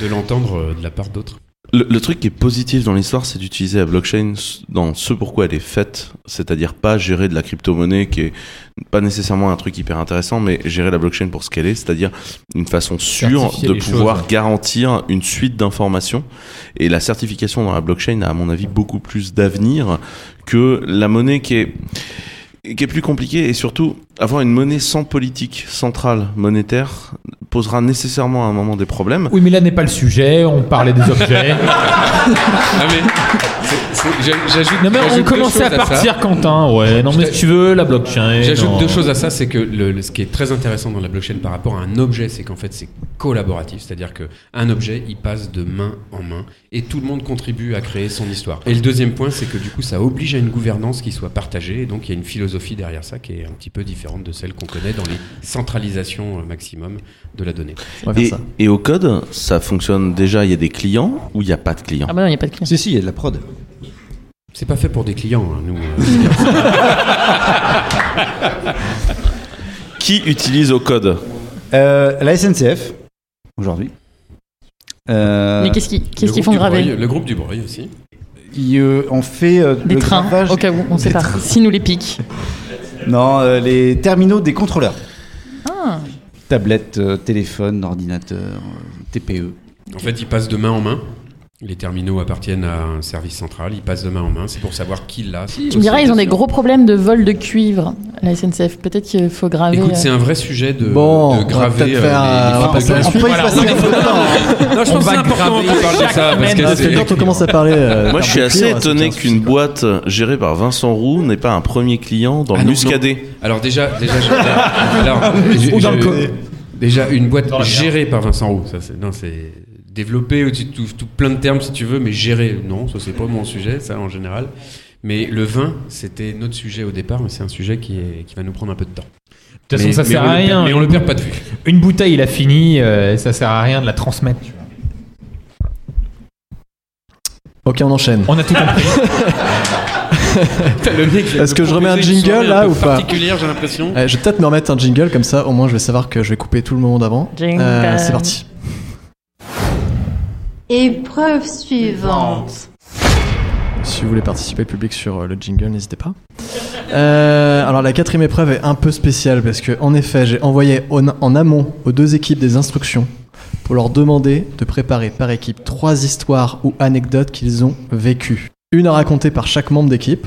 S8: de l'entendre euh, de la part d'autres.
S6: Le, le truc qui est positif dans l'histoire, c'est d'utiliser la blockchain s- dans ce pourquoi elle est faite, c'est-à-dire pas gérer de la crypto-monnaie qui est pas nécessairement un truc hyper intéressant, mais gérer la blockchain pour ce qu'elle est, c'est-à-dire une façon sûre
S5: Certifier
S6: de
S5: les
S6: pouvoir
S5: choses.
S6: garantir une suite d'informations. Et la certification dans la blockchain a, à mon avis, beaucoup plus d'avenir que la monnaie qui est qui est plus compliquée et surtout avoir une monnaie sans politique centrale monétaire posera nécessairement à un moment des problèmes.
S5: Oui, mais là n'est pas le sujet. On
S6: (laughs)
S5: parlait des
S8: (laughs)
S5: objets.
S8: Ah mais c'est- c'est- j'a- j'ajoute.
S5: Non mais on
S8: j'ajoute deux
S5: commençait à
S8: choses ça.
S5: partir Quentin, ouais, non mais
S8: Je
S5: si tu veux, la blockchain.
S8: J'ajoute
S5: non.
S8: deux choses à ça, c'est que le, le- ce qui est très intéressant dans la blockchain par rapport à un objet, c'est qu'en fait c'est collaboratif, c'est-à-dire que un objet il passe de main en main et tout le monde contribue à créer son histoire. Et le deuxième point, c'est que du coup ça oblige à une gouvernance qui soit partagée, et donc il y a une philosophie derrière ça qui est un petit peu différente de celle qu'on connaît dans les centralisations euh, maximum de la donnée.
S3: On va faire
S6: Et,
S3: ça.
S6: et au code, ça fonctionne déjà, il y a des clients ou il n'y a pas de clients
S9: Ah bah non, il n'y a pas de client.
S7: Si, si, il y a de la prod.
S8: C'est pas fait pour des clients, hein, nous. euh,
S3: (laughs)
S6: Qui utilise au code
S7: Euh, la SNCF, aujourd'hui. Euh,
S9: Mais qu'est-ce qu'ils
S8: le
S9: qu'est-ce qu'ils
S8: groupe
S9: font
S8: du
S9: graver
S8: Breuil- Le groupe du Breuil aussi.
S7: ils, euh, on fait euh,
S9: Des
S7: le
S9: trains,
S7: gravage-
S9: au cas où, on sait
S7: Des
S9: pas.
S7: trains.
S9: Si nous les piquent.
S7: Non, euh, les terminaux des contrôleurs.
S9: Ah.
S3: E.
S7: Tablette, euh, téléphone, ordinateur, euh, TPE.
S8: En fait, ils passent de main en main. Les terminaux appartiennent à un service central, ils passent de main en main, c'est pour savoir qui l'a.
S9: Tu me diras, ils ont des gros problèmes de vol de cuivre, la SNCF. Peut-être qu'il faut graver.
S8: Écoute,
S9: euh,
S8: c'est un vrai sujet de,
S3: Bon,
S8: de
S3: on va
S8: graver.
S3: peut-être
S8: euh,
S3: faire
S8: les- les
S3: un- on va
S8: fabricants.
S3: passer à la suite.
S7: Voilà.
S3: parce qu'il y a beaucoup de temps.
S8: Non, je
S5: On
S8: pense que c'est
S5: va
S8: important
S5: graver
S8: qu'on parle de
S5: chaque
S8: ça parce
S5: semaine.
S8: que
S3: Parce que
S8: c'est.
S3: quand on commence à parler.
S8: (laughs)
S3: euh,
S6: Moi, je suis
S3: d'un
S6: assez
S3: cuivre,
S6: étonné
S3: c'est un
S6: qu'une
S3: souci, quoi.
S6: boîte gérée par Vincent Roux n'ait pas un premier client dans
S8: Ah
S6: le
S8: non,
S6: Muscadet.
S8: Alors déjà, déjà, je-
S3: (laughs)
S8: alors, je-
S3: Ou dans le
S8: je-
S3: co-
S8: déjà une boîte
S5: Dans la merde.
S8: gérée par Vincent Roux. Ça, c'est non, c'est développé ou tu tout, tout plein de termes si tu veux, mais gérée, non, ça c'est pas mon sujet, ça en général. Mais le vin, c'était notre sujet au départ, mais c'est un sujet qui, est, qui va nous prendre un peu de temps.
S5: toute façon,
S8: mais,
S5: ça
S8: mais
S5: sert
S8: on
S5: à
S8: le perd-
S5: rien.
S8: Mais on le perd pas de
S5: (laughs)
S8: vue.
S5: Une bouteille, il a fini, euh, ça sert à rien de la transmettre. tu vois.
S3: Ok, on enchaîne.
S5: On a tout compris.
S3: Est-ce que je remets un jingle là ou pas
S8: Particulière, j'ai l'impression.
S3: Eh, Je vais peut-être me remettre un jingle comme ça, au moins je vais savoir que je vais couper tout le moment d'avant.
S9: Jingle.
S3: Euh, C'est parti.
S1: Épreuve suivante.
S3: Si vous voulez participer le public sur euh, le jingle, n'hésitez pas. Euh, alors la quatrième épreuve est un peu spéciale parce que en effet j'ai envoyé en, en amont aux deux équipes des instructions pour leur demander de préparer par équipe trois histoires ou anecdotes qu'ils ont vécues. Une à raconter par chaque membre d'équipe.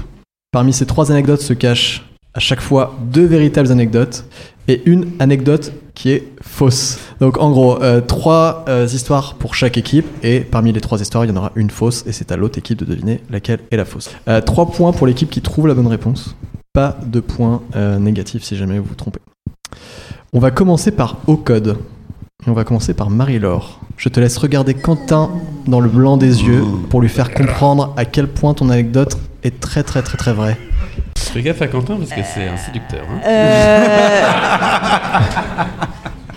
S3: Parmi ces trois anecdotes se cachent à chaque fois deux véritables anecdotes et une anecdote qui est fausse. Donc en gros, euh, trois euh, histoires pour chaque équipe, et parmi les trois histoires, il y en aura une fausse, et c'est à l'autre équipe de deviner laquelle est la fausse. Euh, trois points pour l'équipe qui trouve la bonne réponse, pas de points euh, négatifs si jamais vous vous trompez. On va commencer par au code. Et on va commencer par Marie-Laure. Je te laisse regarder Quentin dans le blanc des yeux pour lui faire comprendre à quel point ton anecdote est très très très très vraie.
S8: Fais gaffe à Quentin parce que c'est un séducteur. hein.
S11: Euh, (laughs)
S8: (laughs)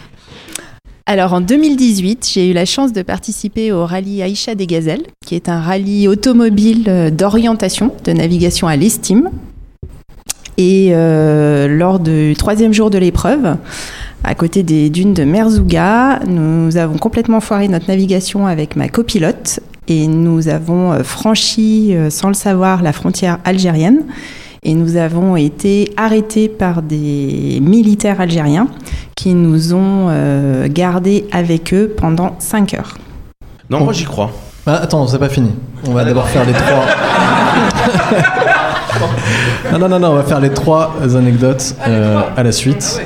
S11: Alors en 2018, j'ai eu la chance de participer au rallye Aïcha des Gazelles, qui est un rallye automobile euh, d'orientation, de navigation à l'estime. Et euh, lors du troisième jour de l'épreuve, à côté des dunes de Merzouga, nous avons complètement foiré notre navigation avec ma copilote et nous avons euh, franchi, euh, sans le savoir, la frontière algérienne. Et nous avons été arrêtés par des militaires algériens qui nous ont euh, gardés avec eux pendant 5 heures.
S6: Non, moi j'y crois.
S3: Ah, attends, c'est pas fini. On va d'abord faire les trois. non, non, non, non, on va faire les trois anecdotes euh, à la suite.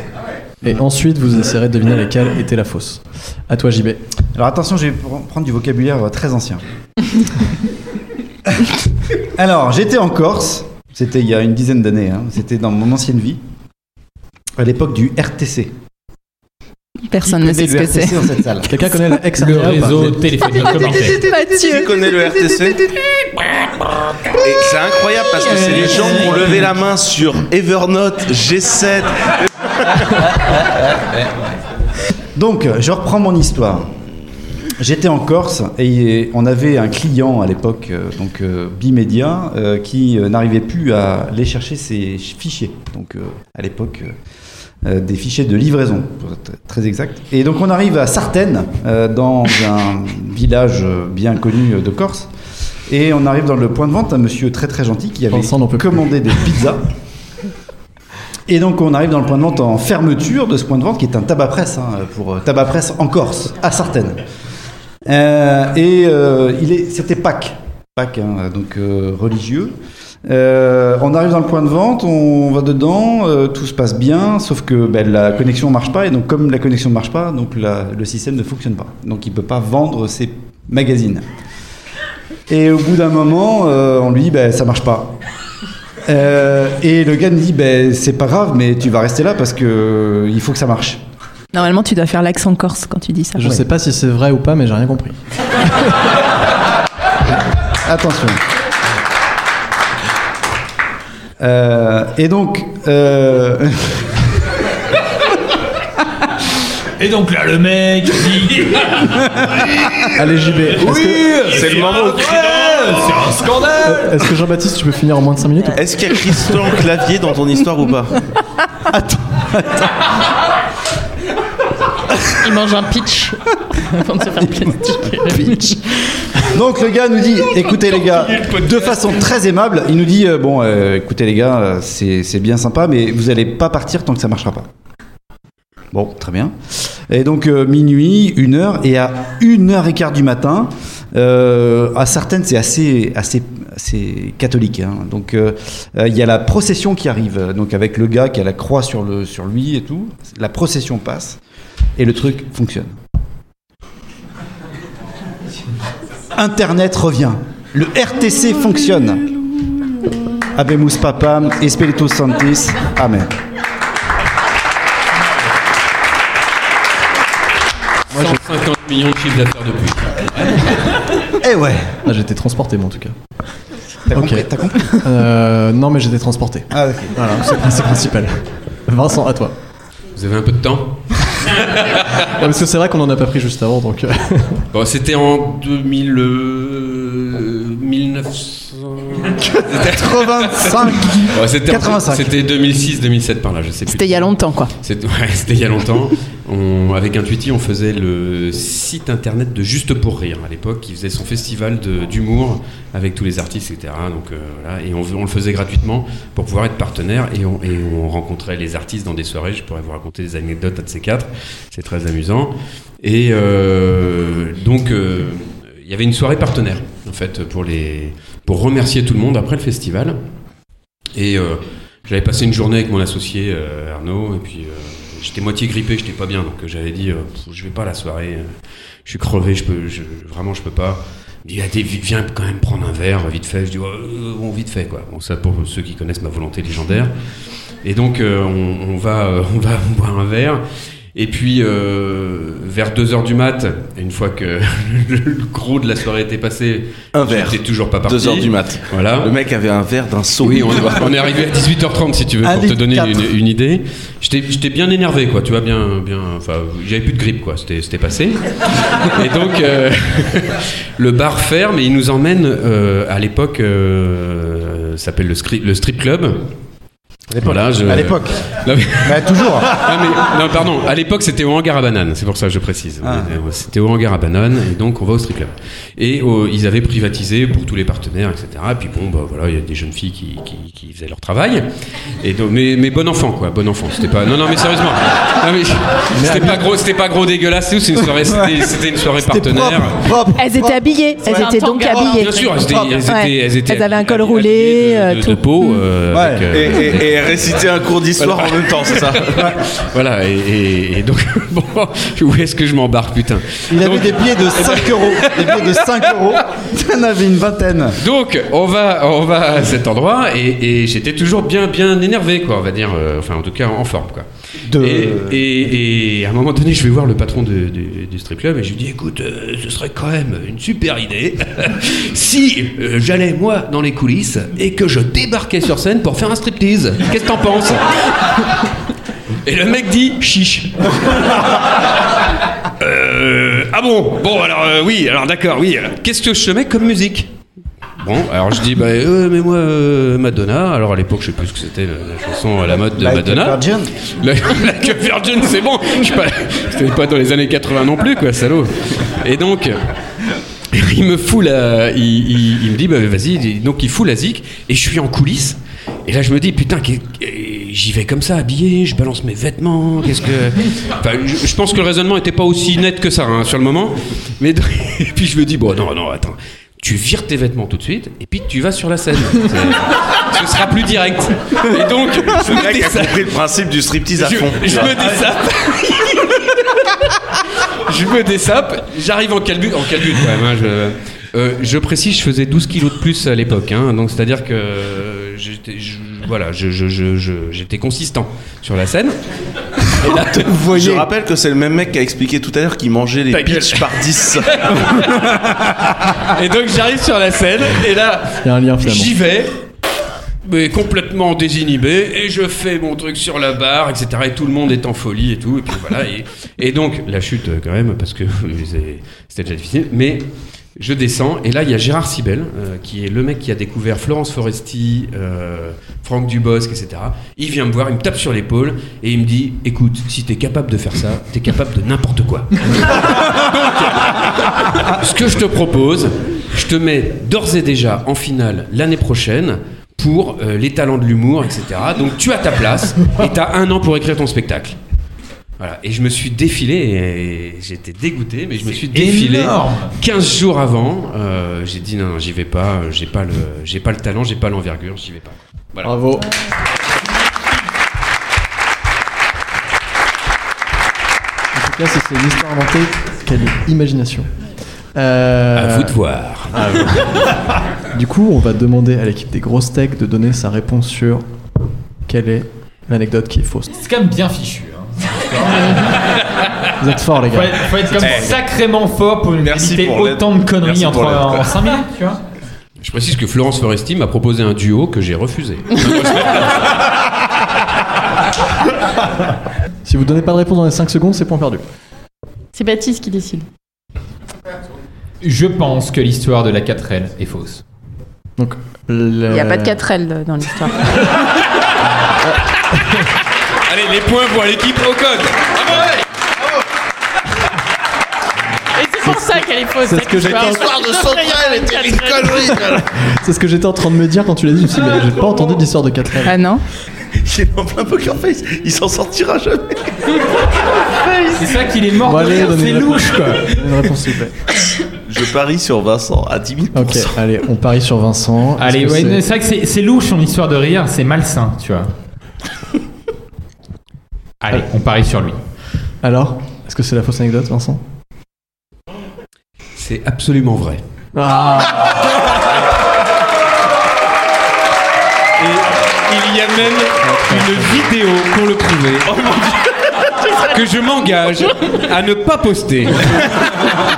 S3: Et ensuite, vous essaierez de deviner laquelle était la fausse. À toi, JB.
S7: Alors attention, je vais pr- prendre du vocabulaire euh, très ancien. (laughs) Alors, j'étais en Corse, c'était il y a une dizaine d'années, hein, c'était dans mon ancienne vie, à l'époque du RTC.
S11: Personne ne sait ce que c'est.
S7: dans cette salle.
S3: Quelqu'un connaît la ex
S5: Le réseau téléphonique commenté.
S6: Qui connaît le RTC Et c'est incroyable parce que c'est les gens qui ont levé la main sur Evernote, G7.
S7: Donc, euh, je reprends mon histoire. J'étais en Corse et on avait un client à l'époque, euh, donc euh, Bimédia, euh, qui euh, n'arrivait plus à aller chercher ses ch- fichiers. Donc, euh, à l'époque, euh, euh, des fichiers de livraison, pour être très exact. Et donc, on arrive à Sartène, euh, dans un village euh, bien connu de Corse. Et on arrive dans le point de vente, un monsieur très très gentil qui avait
S3: Vincent n'en peut plus.
S7: commandé des pizzas. Et donc on arrive dans le point de vente en fermeture de ce point de vente qui est un tabac presse hein, pour euh, tabac presse en Corse à Sartène. Euh, et euh, il est, c'était Pâques, Pâques hein, donc euh, religieux. Euh, on arrive dans le point de vente, on va dedans, euh, tout se passe bien, sauf que ben, la connexion marche pas et donc comme la connexion marche pas, donc la- le système ne fonctionne pas, donc il peut pas vendre ses magazines. Et au bout d'un moment, euh, on lui dit ben ça marche pas. Euh, et le gars me dit ben c'est pas grave mais tu vas rester là parce que euh, il faut que ça marche.
S11: (laughs) Normalement, tu dois faire l'accent corse quand tu dis ça.
S3: Je sais pas si c'est vrai ou pas, mais j'ai rien compris.
S7: (laughs) Attention. Euh, et donc euh, (laughs)
S5: Et donc là, le mec, il dit
S7: (laughs)
S3: Allez, JB. Est-ce que,
S6: C'est le moment où.
S5: c'est un scandale.
S3: Euh, est-ce que Jean-Baptiste, tu peux finir en moins de 5 minutes ou-
S6: Est-ce qu'il y a Christian Clavier dans ton histoire ou pas
S9: Ils mangent un pitch (laughs) avant de se faire plaisir.
S7: donc le gars nous dit écoutez les gars de façon très aimable il nous dit euh, bon euh, écoutez les gars euh, c'est c'est bien sympa mais vous allez pas partir tant que ça marchera pas. Bon très bien. Et donc euh, minuit, une heure, et à une heure et quart du matin, euh, à certaines c'est assez, assez, assez catholique. hein. Donc euh, euh, il y a la procession qui arrive, euh, donc avec le gars qui a la croix sur, le, sur lui et tout. La procession passe et le truc fonctionne. Internet revient. Le RTC fonctionne. Abemus Papam, Espiritus Santis, Amen.
S3: Moi, je-
S8: 150 millions de chiffres d'affaires depuis.
S7: Eh ouais
S3: Ah, j'étais transporté, moi, en tout cas.
S7: T'as
S3: compris, euh, Non, mais j'étais transporté.
S7: Ah, ok.
S3: Voilà, c'est le principe principal. Vincent, à toi.
S8: Vous avez un peu de temps
S3: Ouais, parce que c'est vrai qu'on en a pas pris juste avant, donc. euh, (laughs)
S8: Bon, c'était en 2000. euh, 1900.
S7: 85
S8: Bon, c'était en-
S11: 85.
S8: C'était 2006-2007 par là, je sais plus.
S11: C'était il y a longtemps, quoi.
S8: C'était ouais, (laughs) c'était il y a longtemps. On- avec Intuiti, on faisait le site internet de Juste pour Rire à l'époque, qui faisait son festival de- d'humour avec tous les artistes, etc. Donc, euh, voilà. et on, on le faisait gratuitement pour pouvoir être partenaire. Et on, et on rencontrait les artistes dans des soirées. Je pourrais vous raconter des anecdotes à de ces quatre. C'est très amusant. Et euh, donc, euh, il y avait une soirée partenaire, en fait, pour, les, pour remercier tout le monde après le festival. Et euh, j'avais passé une journée avec mon associé euh, Arnaud, et puis euh, j'étais moitié grippé, j'étais pas bien, donc euh, j'avais dit euh, Pff, je vais pas à la soirée, euh, je suis crevé, je peux, je- vraiment je peux pas. Il a dit ah, Vi- viens quand même prendre un verre vite fait. Je dis Ouais, euh, bon vite fait quoi. Bon ça pour ceux qui connaissent ma volonté légendaire. Et donc euh, on, on va euh, on va (laughs) boire un verre. Et puis euh, vers 2h du mat, une fois que (laughs) le gros de la soirée était passé,
S6: Un verre.
S8: j'étais toujours pas parti.
S6: Deux heures du mat.
S8: Voilà.
S6: Le mec avait un verre d'un seau.
S8: Oui, on, on est arrivé à 18h30 si tu veux,
S6: Un
S8: pour te
S6: litre
S8: donner
S6: quatre.
S8: une, une idée. J'étais j'étais bien énervé, quoi, tu vois, bien. bien enfin, j'avais plus de grippe, quoi, c'était c'était
S7: (laughs)
S8: passé. et donc, euh, (laughs) le bar ferme et il nous emmène, euh, à l'époque, euh, ça s'appelle le, scri- le strip club. Voilà, je-
S7: À l'époque.
S8: Non, mais-
S7: Bah,
S8: (laughs)
S7: toujours.
S8: non, mais- non, pardon, à l'époque c'était au hangar à bananes, c'est pour ça que je précise. On est- C'était au hangar à bananes, et donc on va au strip club. Et euh, ils avaient privatisé pour tous les partenaires, etc. Et puis bon, bah voilà, il y a des jeunes filles qui, qui- qui faisaient leur travail. Et donc, mais, mais bon enfant, quoi, bon enfant. C'était pas. Non, non, mais sérieusement. Non, mais- c'était pas gros, c'était pas gros dégueulasse, c'est une soirée, c'était c'était une soirée partenaire.
S12: Elles étaient habillées. Elles
S8: Ouais.
S12: étaient donc
S8: Bien
S12: habillées.
S8: sûr, elles étaient- elles étaient-
S12: Ouais.
S8: elles étaient
S12: avaient un col roulé, euh,
S8: de,
S12: tout.
S8: de peau.
S7: Mm.
S8: euh, avec, euh,
S6: Et,
S8: des-
S6: et, et réciter un cours d'histoire en même temps, c'est
S8: (laughs)
S6: ça
S8: Voilà, et, et- et donc, (laughs) bon, où est-ce que je m'embarque, putain Eh ben,
S7: Il avait
S8: (laughs)
S7: des billets de
S10: eh ben.
S7: 5 euros. Des billets de 5
S10: (laughs)
S7: euros. T'en avais une vingtaine.
S8: Donc, on va, on va à cet endroit, et, et j'étais toujours bien, bien énervé, quoi, on va dire, euh, enfin, en tout cas, en forme, quoi. Et, et- et à un moment donné, je vais voir le patron de- du, du strip club, et je lui dis, écoute, euh, ce serait quand même une super idée (laughs) si euh, j'allais, moi, dans les coulisses, et que je débarquais sur scène pour faire un striptease. Qu'est-ce que t'en penses Et le mec dit, chiche. (laughs) Euh, ah bon Bon, alors euh, oui, alors d'accord, oui. alors. Qu'est-ce que je mets comme musique Bon, alors je dis, bah, euh, mais moi, euh, Madonna. Alors à l'époque, je sais plus ce que c'était la, la chanson à la mode de
S7: Like a
S8: Madonna.
S7: Virgin.
S8: La, (laughs) Like a Virgin, c'est bon. Je suis pas- C'était pas dans les années 80 non plus, quoi, salaud. Et donc. (laughs) Il me fout la. Il, il- il me dit, bah vas-y, dis- donc il fout la zik, et je suis en coulisses. Et là, je me dis, putain, qu'est- qu'est- j'y vais comme ça, habillé, je balance mes vêtements, qu'est-ce que.
S6: (laughs)
S8: Enfin, je, je pense que le raisonnement n'était pas aussi net que ça, hein, sur le moment. Mais donc- (laughs) et puis je me dis, bon, non, non, attends. Tu vires tes vêtements tout de suite, et puis tu vas sur
S6: (laughs)
S8: la scène. C'est- Ce sera plus direct. Et donc,
S6: Ce
S8: je me
S6: mec a
S8: déshabille.
S6: compris le principe du striptease à
S8: Je-
S6: fond.
S8: je
S6: tu vois.
S8: me déshappe. (laughs) je me dessape, j'arrive en calbut, en calbut quand même. hein, je, euh, je précise, je faisais 12 kilos de plus à l'époque, hein, donc c'est-à-dire que euh, j'étais, je- voilà, je- je- je- je- j'étais consistant sur la scène. Et là,
S6: Je rappelle que c'est le même mec qui a expliqué tout à l'heure qu'il mangeait les pitchs par
S3: (laughs)
S6: 10.
S8: et donc j'arrive sur la scène, et là,
S3: Il y a un lien finalement.
S8: j'y vais. Mais complètement désinhibé, et je fais mon truc sur la barre, etc. Et tout le monde est en folie et tout. Et puis voilà. Et, et donc, la chute euh, quand même, parce que (laughs) c'est- c'était déjà difficile. Mais je descends, et là, il y a Gérard Sibel, euh, qui est le mec qui a découvert Florence Foresti, euh, Franck Dubosc, etc. Il vient me voir, il me tape sur l'épaule, et il me dit Écoute, si t'es capable de faire ça, t'es capable de n'importe quoi.
S5: Ah.
S8: Ce que je te propose, je te mets d'ores et déjà en finale l'année prochaine pour euh, les talents de l'humour, etc. Donc tu as ta place et tu as un an pour écrire ton spectacle. Voilà. Et je me suis défilé et j'étais dégoûté, mais je me suis
S5: C'est
S8: défilé
S5: énorme.
S8: 15 jours avant. euh, j'ai dit non, non, j'y vais pas, euh, j'ai pas le, j'ai pas le talent, j'ai pas l'envergure, j'y vais pas. Voilà.
S3: Bravo. En tout cas, si c'est une histoire inventée, quelle imagination. Euh,
S8: À vous de voir.
S3: à vous. du coup, on va demander à l'équipe des grosses techs de donner sa réponse sur quelle est l'anecdote qui est fausse.
S5: C'est quand même bien fichu. hein.
S3: Vous êtes forts, les
S5: Faut
S3: gars.
S5: être, faut être comme
S3: Eh.
S5: sacrément fort pour éviter autant de conneries
S8: Merci
S5: en,
S8: pour
S5: trois-
S8: l'aide, quoi.
S5: en 5 minutes, tu vois.
S8: Je précise que Florence Foresti m'a proposé un duo que j'ai refusé.
S3: Si vous donnez pas de réponse dans les 5 secondes, c'est point perdu.
S9: C'est Baptiste qui décide.
S5: Je pense que l'histoire de la 4L est fausse.
S3: Donc,
S11: Il n'y a
S8: Euh,
S11: pas de 4L dans l'histoire.
S8: Allez, les points pour l'équipe au code.
S9: Et c'est pour ça qu'elle est fausse.
S3: C'est ce que j'étais en-
S9: L'histoire de Sauterelle était une
S6: connerie.
S3: C'est ce que j'étais en train de me dire quand tu l'as dit. Je me suis dit, mais j'ai pas entendu d'histoire de 4
S11: Ah non
S6: Il est en plein poker face, il s'en sortira
S8: (laughs)
S6: jamais.
S5: C'est ça qu'il est mort
S3: Bon,
S5: de
S3: allez,
S5: rire,
S3: donnez
S5: c'est
S3: une réponse.
S5: louche quoi.
S3: (laughs) Donnez une réponse, s'il vous plaît.
S6: Je parie sur Vincent à 10 000
S3: Ok, allez, on parie sur Vincent. Est-ce
S5: Allez,
S3: que
S5: ouais,
S3: c'est-
S5: c'est vrai que c'est- c'est louche son histoire de rire, c'est malsain, tu
S3: (laughs)
S5: vois. Allez, on parie sur lui.
S3: Alors, est-ce que c'est la fausse anecdote, Vincent
S8: C'est absolument vrai.
S3: Ah.
S8: Il y a même une vidéo pour le prouver
S6: Oh
S8: que je m'engage à ne pas poster.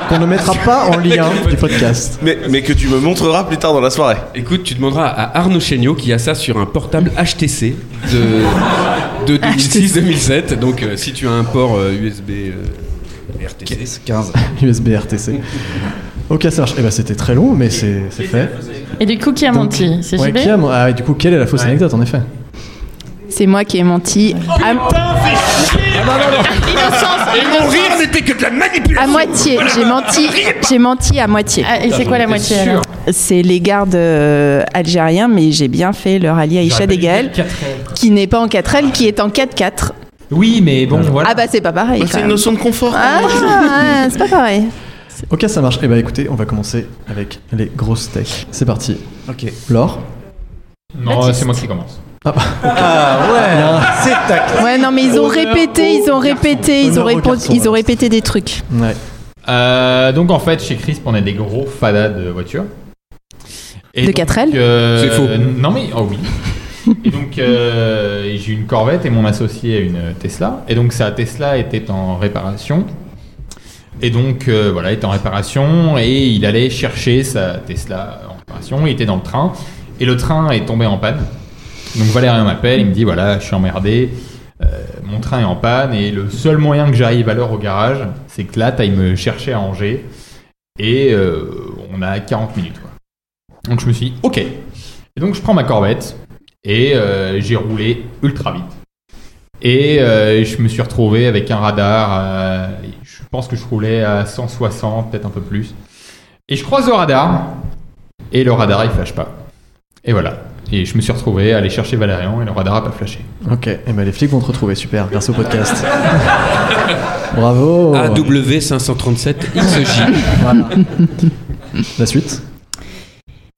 S3: Qu'on ne mettra pas en lien du podcast.
S6: Mais, mais que tu me montreras plus tard dans la soirée.
S8: Écoute, tu demanderas à Arnaud Chéniaud qui a ça sur un portable HTC de, de 2006-2007. Donc euh, si tu as un port euh, USB euh, RTC.
S3: (laughs)
S7: 15.
S3: USB RTC. Ok, ça marche. Eh ben, c'était très long, mais c'est c'est fait.
S9: Et du coup, qui a menti C'est
S3: Ouais,
S9: JB
S3: qui a- ah, et du coup, quelle est la fausse anecdote, en effet
S11: C'est moi qui ai menti.
S8: Ah,
S11: À,
S6: Ah,
S9: Innocence, innocence.
S8: n'était que de la manipulation.
S11: à moitié. J'ai menti. J'ai menti à moitié.
S9: Ah, et c'est quoi la moitié alors
S11: C'est les gardes euh, algériens, mais j'ai bien fait le rallye Aïcha Degaël,
S5: 4L.
S11: qui n'est pas en 4L, qui est en 4-4.
S5: Oui, mais bon, voilà.
S11: Ah bah c'est pas pareil. quand
S6: C'est une
S11: même.
S6: notion de confort.
S11: Ah, (laughs) ouais, c'est pas pareil.
S3: Ok, ça marche. Eh ben, écoutez, on va commencer avec les grosses techs. C'est parti.
S7: Ok.
S3: Laure
S5: non, c'est moi qui commence.
S3: Ah, bah,
S7: Ah ouais, c'est tac.
S11: Ouais non mais ils ont
S5: Honneur
S11: répété, ils ont répété, ils ont
S3: Honneur aux
S11: répondu,
S3: garçons,
S11: ils ont
S3: ouais.
S11: répété des trucs.
S3: ouais.
S5: Euh, donc en fait, chez Crisp, on a des gros fadas de voitures. Et
S11: De
S5: donc,
S11: 4L?
S5: euh,
S8: C'est faux.
S5: Non mais, oh oui. et donc euh, j'ai une Corvette et mon associé a une euh, Tesla. Et donc sa Tesla était en réparation. Et donc euh, voilà, était en réparation et il allait chercher sa Tesla en réparation. Il était dans le train et le train est tombé en panne. Donc Valérien m'appelle, il me dit voilà, je suis emmerdé, euh, mon train est en panne et le seul moyen que j'arrive à l'heure au garage, c'est que là, t'ailles me chercher à Angers et euh, on a 40 minutes. Quoi. Donc je me suis dit ok. Et donc je prends ma Corvette et euh, j'ai roulé ultra vite. Et euh, je me suis retrouvé avec un radar, à- je pense que je roulais à 160, peut-être un peu plus. Et je croise le radar, et le radar il flash pas. Et voilà. Et je me suis retrouvé à aller chercher Valérian, et le radar a pas flashé.
S3: Ok, eh ben, les flics vont te retrouver. Super, grâce au podcast. Bravo.
S8: AW537XJ.
S3: Voilà. La suite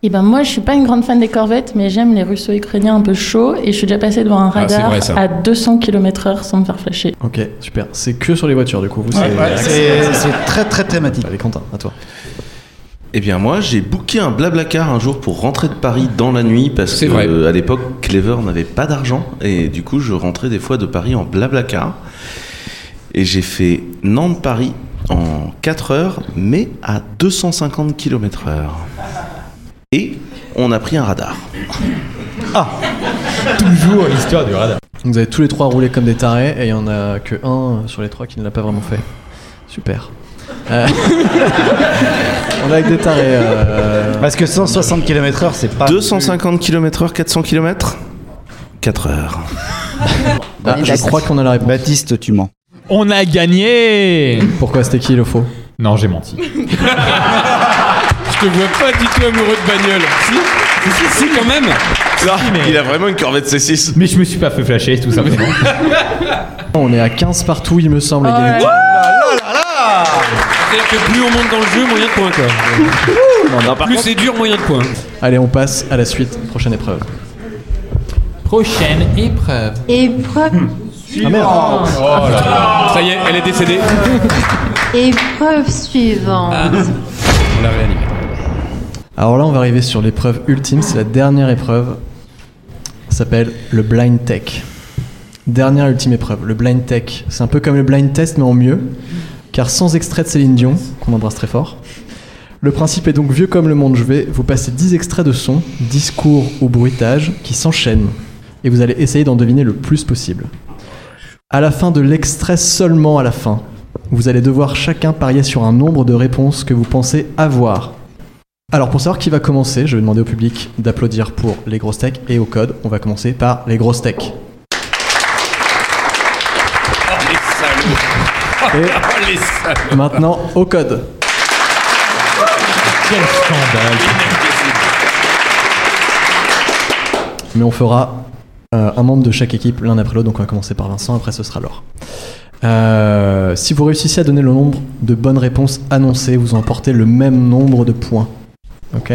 S9: Eh ben moi, je suis pas une grande fan des corvettes, mais j'aime les russo-ukrainiens un peu chauds, et je suis déjà passé devant un
S8: Ah, c'est
S9: radar
S8: vrai, ça.
S9: à 200 km/h sans me faire flasher.
S3: Ok, super. C'est que sur les voitures, du coup. Vous, c'est-
S7: Ouais, C'est c'est très très thématique.
S3: Allez, Quentin, à toi.
S6: Eh bien, moi, j'ai booké un blablacar un jour pour rentrer de Paris dans la nuit parce que
S8: C'est vrai.
S6: euh, à l'époque, Clever n'avait pas d'argent et du coup, je rentrais des fois de Paris en blablacar. Et j'ai fait Nantes-Paris en 4 heures, mais à 250 km/h. Et on a pris un radar.
S7: Ah.
S5: Toujours l'histoire du radar.
S3: Vous avez tous les trois roulé comme des tarés et il y en a que un sur les trois qui ne l'a pas vraiment fait. Super. Euh, (laughs) On est avec des tarés. euh,
S7: Parce que 160 km/h, c'est pas.
S6: 250 km/h, 400 km 4 heures.
S3: ah, je crois qu'on a la réponse.
S7: Baptiste, tu mens.
S5: On a gagné
S3: Pourquoi c'était qui le faux
S5: Non, j'ai menti.
S8: Je te vois pas du tout amoureux de bagnole. Si
S5: Si, quand même
S6: Il a vraiment une corvette C6.
S5: Mais je me suis pas fait flasher, tout simplement.
S3: On est à 15 partout, il me semble, les
S8: Ah
S3: gars.
S8: C'est-à-dire que plus on monte dans le jeu, moyen de points quoi. plus c'est dur, moyen de points.
S3: Allez, on passe à la suite. Prochaine épreuve.
S5: Prochaine épreuve.
S1: Épreuve.
S3: Ah, merde.
S5: Hmm. Oh là là.
S8: Ça y est, elle est décédée.
S1: Épreuve suivante.
S8: On l'a réanimée.
S3: Alors là, on va arriver sur l'épreuve ultime, c'est la dernière épreuve. Ça s'appelle le blind tech. Dernière et ultime épreuve, le blind tech. C'est un peu comme le blind test, mais en mieux, car sans extrait de Céline Dion, qu'on embrasse très fort. Le principe est donc vieux comme le monde. Je vais vous passer 10 extraits de sons, discours ou bruitages qui s'enchaînent, et vous allez essayer d'en deviner le plus possible. À la fin de l'extrait seulement à la fin, vous allez devoir chacun parier sur un nombre de réponses que vous pensez avoir. Alors pour savoir qui va commencer, je vais demander au public d'applaudir pour les grosses techs et au code, on va commencer par les grosses techs.
S8: Oh les
S3: (laughs)
S8: salauds Oh les salauds
S3: Maintenant au code.
S5: Quel scandale
S3: Mais on fera euh, un membre de chaque équipe l'un après l'autre, donc on va commencer par Vincent, après ce sera Laure. Euh, si vous réussissez à donner le nombre de bonnes réponses annoncées, vous emportez le même nombre de points. Ok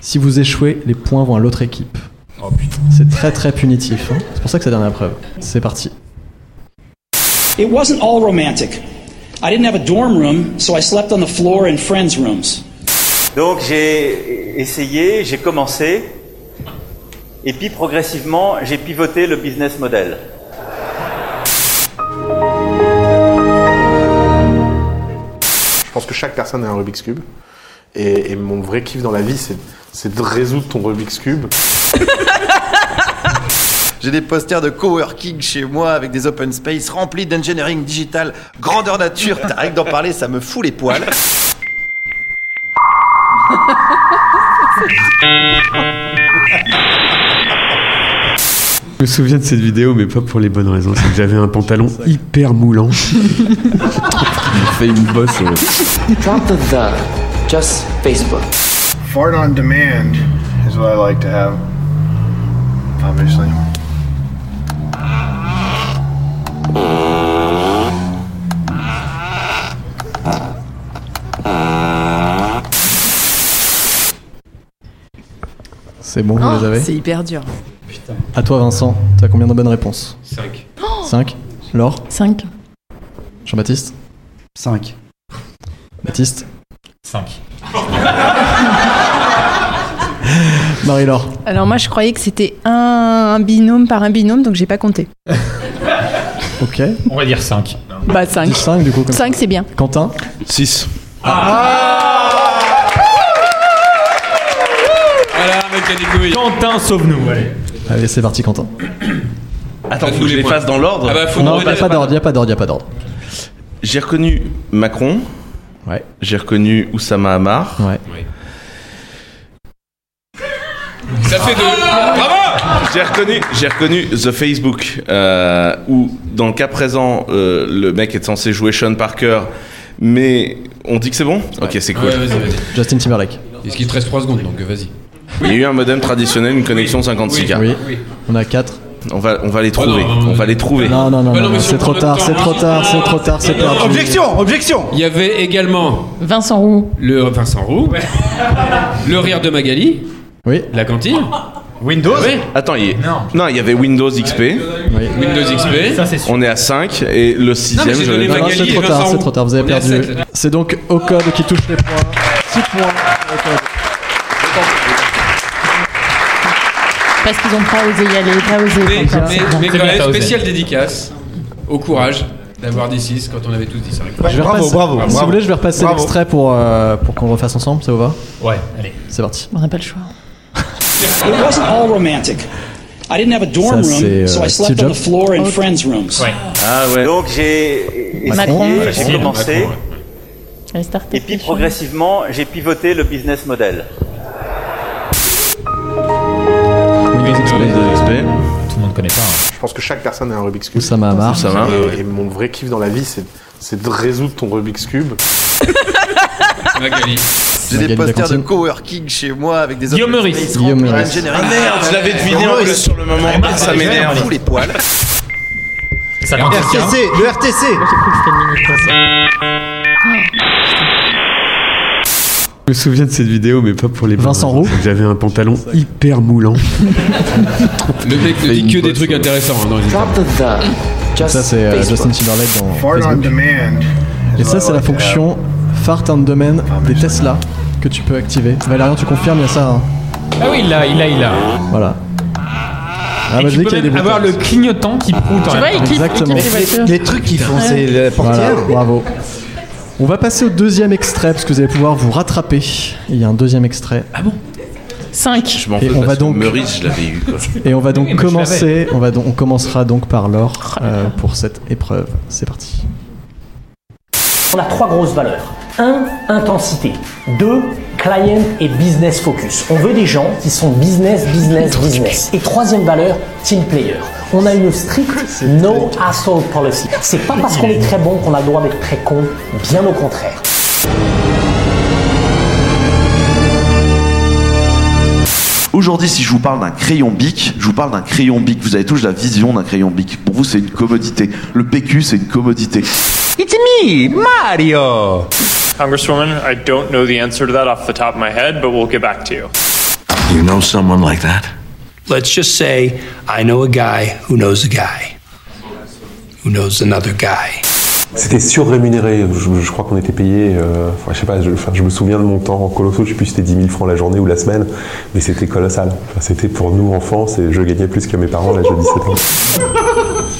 S3: Si vous échouez, les points vont à l'autre équipe.
S8: Oh putain.
S3: C'est très très punitif. hein. C'est pour ça que c'est la dernière preuve. C'est parti.
S13: It wasn't all romantic. I didn't have a dorm room, so I slept on the floor in friends' rooms.
S14: Donc j'ai essayé, j'ai commencé, et puis progressivement j'ai pivoté le business model.
S15: Je pense que chaque personne a un Rubik's Cube. Et, et mon vrai kiff dans la vie, c'est- c'est de résoudre ton Rubik's Cube.
S10: J'ai des posters de coworking chez moi avec des open space remplis d'engineering digital, grandeur nature. T'as rien que d'en parler, ça me fout les poils.
S16: Je me souviens de cette vidéo, mais pas pour les bonnes raisons. C'est que j'avais un pantalon hyper moulant. J'ai fait une bosse.
S10: euh.
S17: Drop the the, just Facebook. Fart on demand is what I like to have, obviously.
S3: C'est bon, vous
S11: Oh,
S3: les avez
S11: c'est hyper dur.
S3: À toi Vincent, t'as combien de bonnes réponses
S8: Cinq.
S11: Oh
S3: 5 Laure
S11: 5.
S3: Jean-Baptiste 5. Baptiste
S5: 5.
S3: (laughs) Marie-Laure
S11: Alors moi je croyais que c'était un, un binôme par un binôme, donc j'ai pas compté.
S3: Ok.
S5: On va dire 5.
S11: (laughs) Bah 5.
S3: 5 du coup. comme
S11: 5
S3: ça.
S11: c'est bien.
S3: Quentin 6.
S5: Ah.
S8: Voilà, mec, t'as des couilles.
S5: Quentin, sauve-nous, allez.
S3: Allez, c'est parti Quentin.
S6: Attends, faut que je les fasse dans l'ordre.
S8: Ah bah, faut
S3: non, pas, pas d'ordre, y a pas d'ordre, y a pas d'ordre.
S6: J'ai reconnu Macron.
S3: Ouais.
S6: J'ai reconnu Oussama Hamar.
S3: Ouais.
S8: Ça fait deux. Bravo
S6: J'ai reconnu, j'ai reconnu The Facebook, euh, où dans le cas présent, euh, le mec est censé jouer Sean Parker, mais on dit que c'est bon Ok, c'est cool.
S8: Ouais, vas-y, vas-y.
S3: Justin Timberlake.
S8: Est-ce qu'il te reste 3 secondes donc vas-y.
S6: Il y a eu un modem traditionnel, une connexion 56K.
S3: Oui. On a 4.
S6: On va, on va les trouver. on va les trouver.
S3: Non, non, non, non, non, c'est trop tard, c'est trop tard, c'est trop tard, c'est perdu.
S8: Objection Il y avait également.
S9: Vincent Roux.
S8: Le Vincent
S16: (laughs)
S8: Roux. le rire de Magali.
S3: Oui.
S8: La cantine.
S6: Windows Attends, il y... non. il y avait Windows XP.
S8: Windows XP. Ça, c'est
S6: On est à 5 et le
S8: Non, mais
S6: 6ème,
S8: j'ai
S6: je
S8: donné
S6: l'ai
S3: Non, non, c'est trop tard, c'est trop tard, vous avez
S6: On est à
S3: perdu.
S6: sept, là.
S3: C'est donc au code qui touche les points. 6 points. pour Ocode.
S9: Parce qu'ils ont pas osé y aller, pas osé.
S8: Mais,
S9: comme ça,
S8: mais-
S9: c'est bon.
S8: mais quand même, spéciale dédicace au courage d'avoir dit 6 quand on avait tous dit 5.
S3: Je vais repasser- Si vous voulez, je vais repasser l'extrait pour, euh, pour qu'on le refasse ensemble, ça vous va
S5: Ouais, allez.
S3: C'est parti.
S9: On n'a pas le choix.
S13: It wasn't all romantic. I didn't have a dorm
S3: Ça, c'est,
S13: room,
S3: euh,
S13: so I slept
S3: Steve
S13: on the
S3: Jobs.
S13: floor in friends' rooms.
S6: Ah ouais.
S14: Donc j'ai
S13: Macron.
S14: essayé, j'ai
S13: Macron.
S14: commencé,
S13: Macron,
S14: et puis progressivement j'ai pivoté le business model.
S5: Tout le monde connaît pas. hein.
S15: Je pense que chaque personne a un Rubik's Cube.
S3: Oussama Hamar. Oussama Hamar,
S15: Et,
S3: ouais.
S15: et mon vrai kiff dans la vie, c'est c'est de résoudre ton Rubik's Cube.
S8: Magali.
S10: J'ai des posters de coworking chez moi avec des open space remplis d'engineering.
S6: Ah merde, je l'avais deviné en plus sur le moment.
S10: Ah, bah,
S6: Ça
S10: je
S6: m'énerve.
S10: m'en fous les poils.
S5: Ça
S10: Le RTC,
S7: le RTC
S16: Je me souviens de cette vidéo, mais pas pour les Vincent Roux. J'avais un pantalon hyper moulant.
S8: Le mec ne dit que des trucs intéressants. hein, dans les
S16: Drop
S8: interviews.
S3: Ça, c'est euh, Justin Timberlake dans Facebook. Et ça, c'est la fonction Fart on Demand des Tesla que tu peux activer. Valérian, tu confirmes, il y a ça. hein.
S5: Ah oui, il l'a, il l'a, il l'a.
S3: Voilà. Ah,
S5: Et
S3: bah, je
S5: tu
S3: dis
S5: peux
S3: qu'il y a des
S5: même
S3: boutons.
S5: avoir le clignotant qui proute.
S3: Tu
S5: en
S3: vois,
S5: même
S3: il
S5: temps.
S3: clique- Exactement. il clique les voitures. Les trucs qu'ils font, c'est la portière. Voilà, bravo. On va passer au deuxième extrait parce que vous allez pouvoir vous rattraper. Il y a un deuxième extrait. Ah bon
S9: 5.
S6: Je m'en
S3: Et
S6: fais
S3: on va
S6: parce que
S3: donc-
S6: Meurice, je l'avais eu. quoi.
S3: Et on va donc
S6: Oui, mais je
S3: commencer.
S6: l'avais.
S3: On va donc, on commencera donc par Laure euh, pour cette épreuve. C'est parti.
S18: On a trois grosses valeurs. 1. Intensité. 2. Client et business focus. On veut des gens qui sont business, business, business. Et troisième valeur, team player. On a une stricte no asshole policy. C'est pas parce qu'on est très bon qu'on a le droit d'être très con, bien au contraire.
S6: Aujourd'hui, si je vous parle d'un crayon bic, je vous parle d'un crayon bic. Vous avez tous la vision d'un crayon bic. Pour vous, c'est une commodité. Le PQ, c'est une commodité.
S19: It's me, Mario. Congresswoman, I don't know the answer to that off the top of my head, but we'll get back to you.
S20: You know someone like that? Let's just say I know a guy who knows a guy who knows another guy.
S21: C'était surrémunéré. Je, je crois qu'on était payé. euh, enfin, je sais pas. Je, enfin, je me souviens de mon temps en colosso. Je sais plus si c'était 10 000 francs la journée ou la semaine, mais c'était colossal. Enfin, c'était pour nous enfants. c'est- Je gagnais plus que mes parents à l'âge de 17 ans.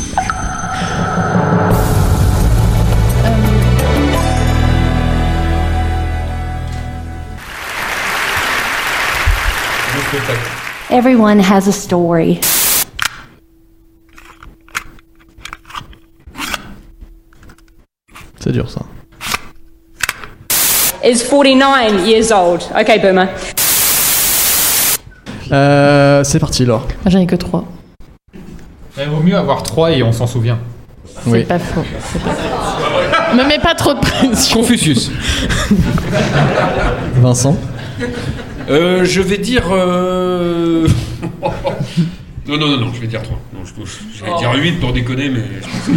S22: Everyone has a story.
S3: C'est dur ça.
S23: is 49 years old. Okay, boomer.
S3: Euh, c'est parti Laure.
S9: Ah, J'en ai que 3.
S5: Il vaut mieux avoir trois et on s'en souvient.
S9: C'est pas faux. c'est pas faux. Me mets pas trop de pression.
S8: Confucius.
S3: Vincent.
S8: Euh, je vais dire. euh, (laughs) non, non, non, non, je vais dire 3. Non, je, je- j'allais dire 8 pour déconner, mais. je pense que-